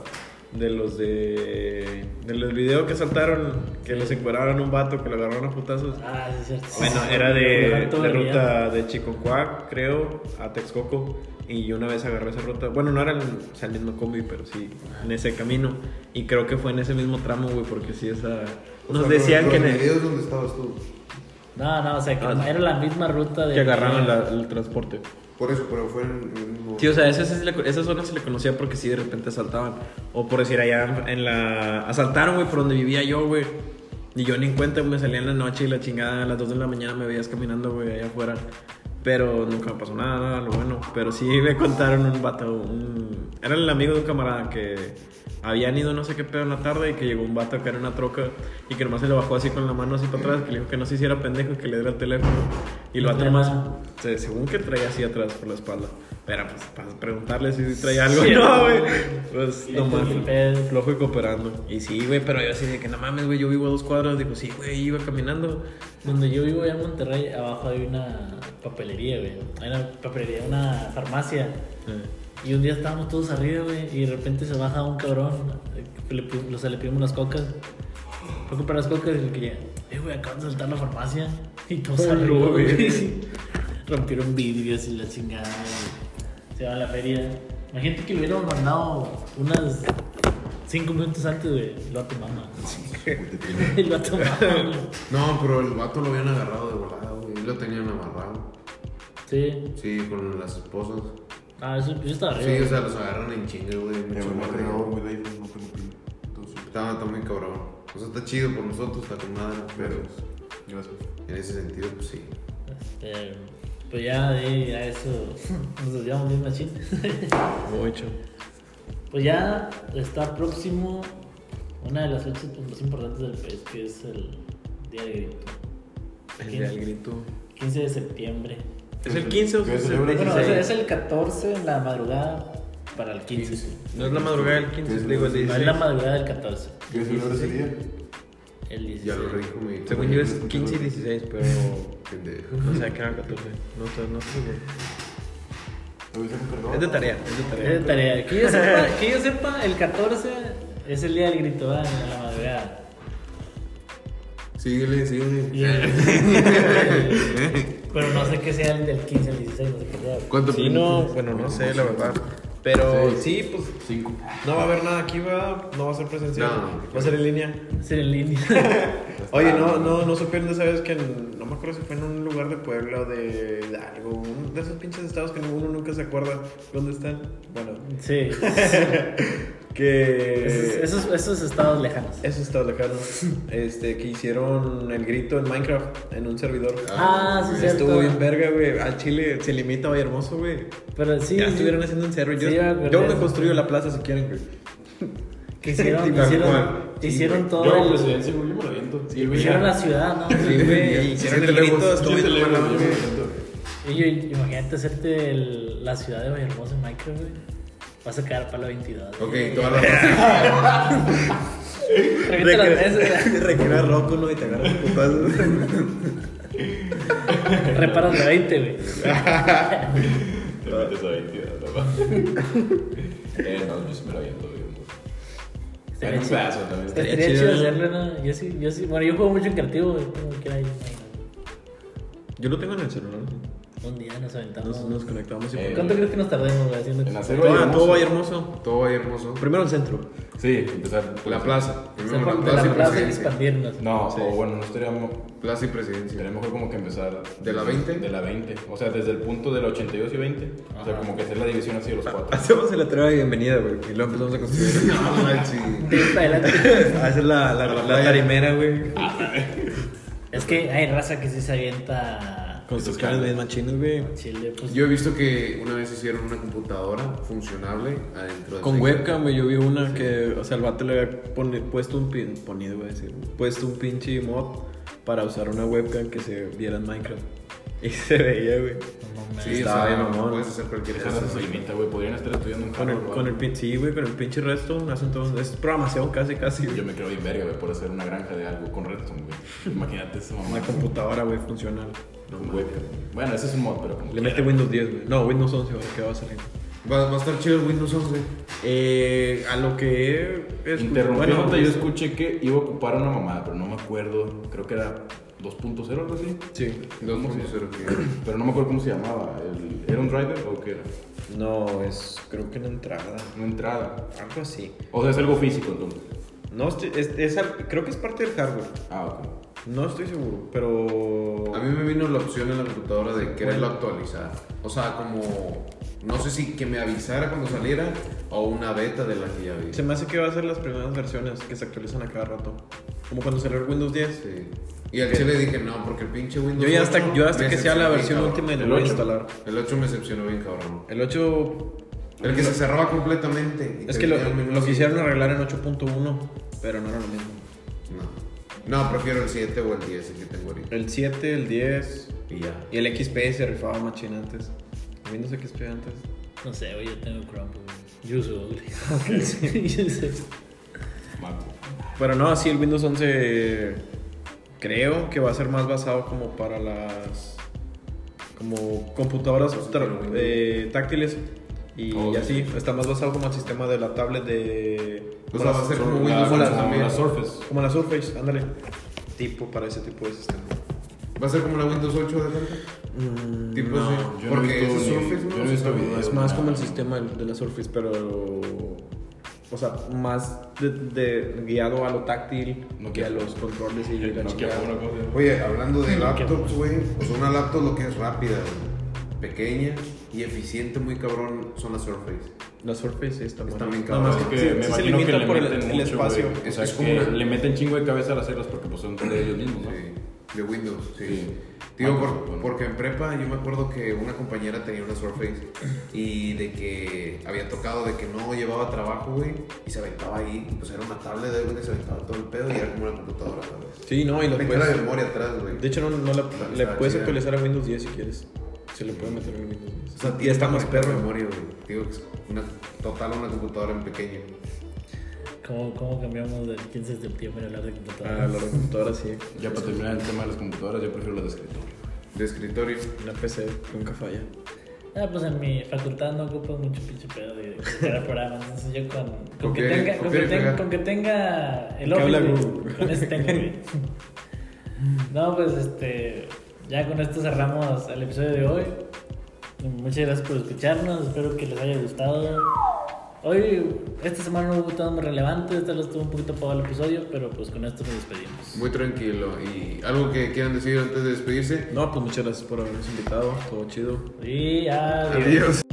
de los de. de los videos que asaltaron, que los encueraron a un vato, que lo agarraron a putazos.
Ah, sí, es cierto.
Bueno, era de,
Todo
de
el día.
ruta de Chicocuac, creo, a Texcoco. Y yo una vez agarré esa ruta. Bueno, no era el, o sea, el mismo combi, pero sí, en ese camino. Y creo que fue en ese mismo tramo, güey, porque sí, esa.
O
Nos
sea,
decían
los-
que, en
los
el-
videos donde estabas tú.
No, no, o sea, que
Ah, sí.
era la misma ruta de.
que agarraron la- el transporte.
Por eso, pero fue en el mismo.
Sí, o sea, esa, esa, esa zona se le conocía porque sí de repente asaltaban. O por decir, allá en la. Asaltaron, güey, por donde vivía yo, güey. Y yo ni en cuenta, güey, me salía en la noche y la chingada, a las 2 de la mañana me veías caminando, güey, allá afuera. Pero nunca me pasó nada, nada, lo bueno. Pero sí me contaron un vato, un... Era el amigo de un camarada que habían ido no sé qué pedo en la tarde y que llegó un vato que era una troca y que nomás se le bajó así con la mano así para atrás, que le dijo que no se hiciera pendejo y que le diera el teléfono. Y lo
No
vato
traía
nomás
nada.
se- según que traía así atrás por la espalda. Pero pues para preguntarle si traía algo.
Sí,
no,
no,
güey.
güey.
Pues
Y
no
entonces,
mames.
pedo.
Flojo y cooperando. Y sí, güey, pero yo así de que no mames, güey, yo vivo a dos cuadras. Digo, sí, güey, iba caminando.
Donde yo vivo allá en Monterrey, abajo hay una papelería, güey. Hay una papelería, una farmacia.
Eh,
Y un día estábamos todos arriba, güey, y de repente se baja un cabrón. eh, Le, pi- o sea, le pedimos unas cocas. Fue a comprar las cocas y le quería, eh, güey, acaban de saltar la farmacia. Y todos
Joder,
arriba, güey.
güey.
Rompieron vidrios y la chingada, güey. Se van a la feria. Imagínate que lo hubiéramos mandado unas 5 minutos antes, güey. Lo ha tomado. Lo ha tomado, güey.
No, pero el vato lo habían agarrado de volada, güey. y Lo tenían amarrado.
Sí.
Sí, con las esposas.
Ah, eso, yo estaba arriba.
Sí, o sea, los agarran en chinga, güey.
Me
Mucho
voy a
más
creer, güey, de ahí no tengo pila. Entonces,
Está, está muy cabrón. O sea, está chido por nosotros, está con madre, pero
Gracias.
en ese sentido, pues sí.
Este, pues ya de ahí a eso nos desviamos bien machín.
Mucho.
pues ya está próximo una de las fechas pues, más importantes del país, que es el Día del Grito.
El del grito.
15 de septiembre.
¿Es el 15 o
¿Qué
es el
celebra?
Bueno,
16?
es, es el 14 en la madrugada para el 15.
No es la madrugada del 15, digo el
No
16.
es la madrugada del 14.
¿Qué es el hora ese día?
El 16.
Ya lo rijo, mi.
Según yo es 15 y 16, pero
Pendejo.
no sé, que eran 14. No sé, no sé, güey.
¿Lo hubiese encargado?
Es de tarea, es de tarea.
Es de Eh, tarea. Que yo, sepa, que yo sepa, el 14 es el día del grito, ¿verdad? En la madrugada.
Síguele, síguele.
Y el- Pero no sé qué sea el del 15 al 16, no sé qué sea.
¿Cuánto
Sí, no, bueno, no sé, la verdad. Pero sí, pues
Cinco.
no va a haber nada aquí, ¿verdad? No va a ser presencial.
No.
va a ser en línea.
Ser en línea.
Oye, no, no, no supieron de esa vez que en- no me acuerdo si fue en un lugar de Puebla o de, de algo, un- de esos pinches estados que uno nunca se acuerda dónde están. Bueno,
Sí.
que
Esos, esos, esos estados lejanos.
esos estados lejanos, este, que hicieron el grito en Minecraft en un servidor.
Ah, sí, cierto.
Estuvo bien verga, güey. Al Chile se limita, güey, hermoso, güey.
Pero sí,
ya
sí,
estuvieron haciendo un cerro. Yo,
Sí, ya me
yo
acordé.
me construyo la plaza si quieren, güey.
que hicieron,
Tal
hicieron,
cual. Sí,
hicieron
güey.
todo.
Yo,
el-
presidencia, güey, yo me lo aviento. Sí, güey,
hicieron
ya.
la ciudad, ¿no?
Sí, güey. Hicieron el grito,
Yo
estuvo
te
bien
leo,
mamado,
yo me lo
güey.
aviento.
Y yo- imagínate hacerte el- la ciudad de Vallehermoso en Minecraft, güey. Vas a quedar para la 22.
Ok,
güey.
toda la raza.
Revienta las mesas,
Requiere roco, ¿no? Y te agarras putazos.
Reparas la 20, güey.
Te metes a 22, papá. Eh, no, yo sí me lo aviento, güey.
Estaría
En un
chido.
pedazo también.
Estaría,
Estaría
chido
chido.
hacerlo, ¿no? Yo sí, yo sí. Bueno, yo juego mucho en creativo, güey. Como quiera, yo, imagino.
Yo lo tengo en el celular.
Un día nos aventamos.
Nos, nos conectamos y pues,
Eh,
¿Cuánto crees que nos tardemos, güey, haciendo
En
esto?
hacer
Todo,
Vallehermoso.
todo Valle Hermoso.
Todo ahí hermoso.
Primero el centro.
Sí, empezar. por
La
eso.
plaza.
O sea,
Primero la
por- de la
plaza y
plaza y
presidencia.
expandirnos.
No,
Sí.
o bueno, no estaría, mo-
Plaza y presidencia.
estaría mejor como que empezar.
¿De la 20?
De la 20. O sea, desde el punto de la 82 y 20. O sea, como que hacer la división así de los
Ah,
cuatro.
Hacemos la tarea de bienvenida, güey. Y luego empezamos a construir.
No, manches.
De ahí para adelante.
a hacer la, la, la, tarimera, güey.
Es que hay raza que sí se avienta
Con sus caras de machinos, güey.
chile, pues.
Yo he visto que una vez hicieron una computadora funcionable adentro de
Con webcam, güey. Yo vi una que, o sea, el vato le había pone- puesto un pin, ponido, güey, decir, puesto un pinche mod para usar una webcam que se viera en Minecraft. Y se veía, güey.
No mames.
Sí, o
Estaba
sea,
bien, mamón.
puedes hacer cualquier
Eso no
cosa.
se limita, güey. Podrían estar estudiando un
Con el,
carro,
con el pin, sí, güey, con el pinche resto, hacen todo. Es programación casi, casi.
Yo me creo bien verga, güey, por hacer una granja de algo con Redstone, güey. Imagínate esa mamá.
Una computadora, güey, funcional. No
Con
mames.
webcam. Bueno, ese es un mod, pero como
Le
quiera.
mete Windows 10, güey. No, Windows 11, güey, que va a salir.
Va, va a estar chido el Windows 11.
Eh, a lo que he escuchado-
Interrumpiéndote,
bueno, pues-
yo escuché que iba a ocupar una mamada, pero no me acuerdo. Creo que era 2.0 o algo así.
Sí.
2.0 que-
Pero no me acuerdo cómo se llamaba. El- ¿Era un driver o qué era?
No, es creo que una entrada.
Una entrada.
Algo así.
O sea, es algo físico entonces.
No estoy, es, es al- creo que es parte del hardware.
Ah, ok.
No estoy seguro, pero.
A mí me vino la opción en la computadora de quererlo
Bueno.
actualizar. O sea, como. No sé si que me avisara cuando saliera o una beta de la que ya vi.
Se me hace que va a ser las primeras versiones que se actualizan a cada rato. Como cuando salió el Windows 10.
Sí. Y al chile dije no, porque el pinche Windows.
Yo ya hasta,
8
yo hasta
me
que sea la
decepcionó bien
versión
cabrón.
última y lo
El
voy a
ocho.
instalar.
El 8 me decepcionó bien, cabrón.
El 8
El que se cerraba completamente. y
es
te
que lo,
venía un menú
lo
así.
quisieron arreglar en 8.1, pero no era lo mismo.
No. No, prefiero el 7 o el 10 el que tengo ahorita.
El 7, el 10
Y ya.
y el XP se rifaba machín antes. Windows XP antes.
No sé, güey, yo tengo Chrome, güey. Yo uso Google. Yo uso-
Maco.
Pero no, sí, el Windows 11 creo que va a ser más basado como para las como computadoras tra- eh, táctiles y
Oh, sí.
así. Está más basado como el sistema de la tablet de...
O sea, va a ser como
la-
Windows
como la,
11 también.
la Surface.
como la Surface, ándale. Tipo para ese tipo de sistema.
¿Va a ser como la Windows 8 de repente? Tipo
no,
así.
yo Mm, no he
Porque
visto
ese
ni-
Surface no
yo no he visto
Está-
videos.
Es más como el sistema de la Surface, pero... O sea, más de- de- guiado a lo táctil y
Nokia.
a los controles y la
No, que
chingada.
fue una cosa.
Oye, hablando de
Qué
laptops,
bueno.
güey, pues una laptop lo que es rápida, güey, pequeña y eficiente, muy cabrón, son las Surface.
La Surface está
Está
buena.
bien
Nada más
cabrón.
que
Que
se-
me
se
imagino
limita
que le
por el,
meten
el
mucho,
espacio.
güey. O
Es-
sea,
es como
que
una-
le meten chingo de cabeza a las reglas porque pues, son de ellos mismos, ¿no?
Sí, de Windows, sí.
Sí.
Digo,
Microsoft,
por-
bueno.
porque en prepa yo me acuerdo que una compañera tenía una Surface y de que había tocado de que no llevaba trabajo, güey, y se aventaba ahí, pues era una tablet de donde se aventaba todo el pedo y era como una computadora, ¿sabes?
Sí, no, y lo
Tenía la
puedes.
memoria atrás, güey.
De hecho, no, no la- le
Está
puedes
chida.
actualizar a Windows 10 si quieres. Se le puede meter un Windows 10.
O sea,
Y está más
conectar
perro.
memoria, güey. Digo que es una total una computadora en pequeño.
¿Cómo, cómo cambiamos del 15 de septiembre a hablar de
Ah,
computadoras?
la computadora sí.
Ya para terminar el tema de las computadoras, yo prefiero las de escritorio.
De escritorio.
Una PC nunca falla.
Ah, pues en mi facultad no ocupo mucho pinche pedo de crear programas. Entonces yo con, con, que,
Copiar y-
tenga, con, que
copiar y
tenga,
pegar.
con que tenga el
Que habla
Office, güey,
Google.
con ese tengo, güey. No, pues este, ya con esto cerramos el episodio de hoy. Muchas gracias por escucharnos, espero que les haya gustado. Hoy, esta semana no hubo temas muy relevantes, tal vez estuvo un poquito apagado el episodio, pero pues con esto nos despedimos.
Muy tranquilo. ¿Y algo que quieran decir antes de despedirse?
No, pues muchas gracias por habernos invitado. Todo chido.
Y adiós.
Adiós.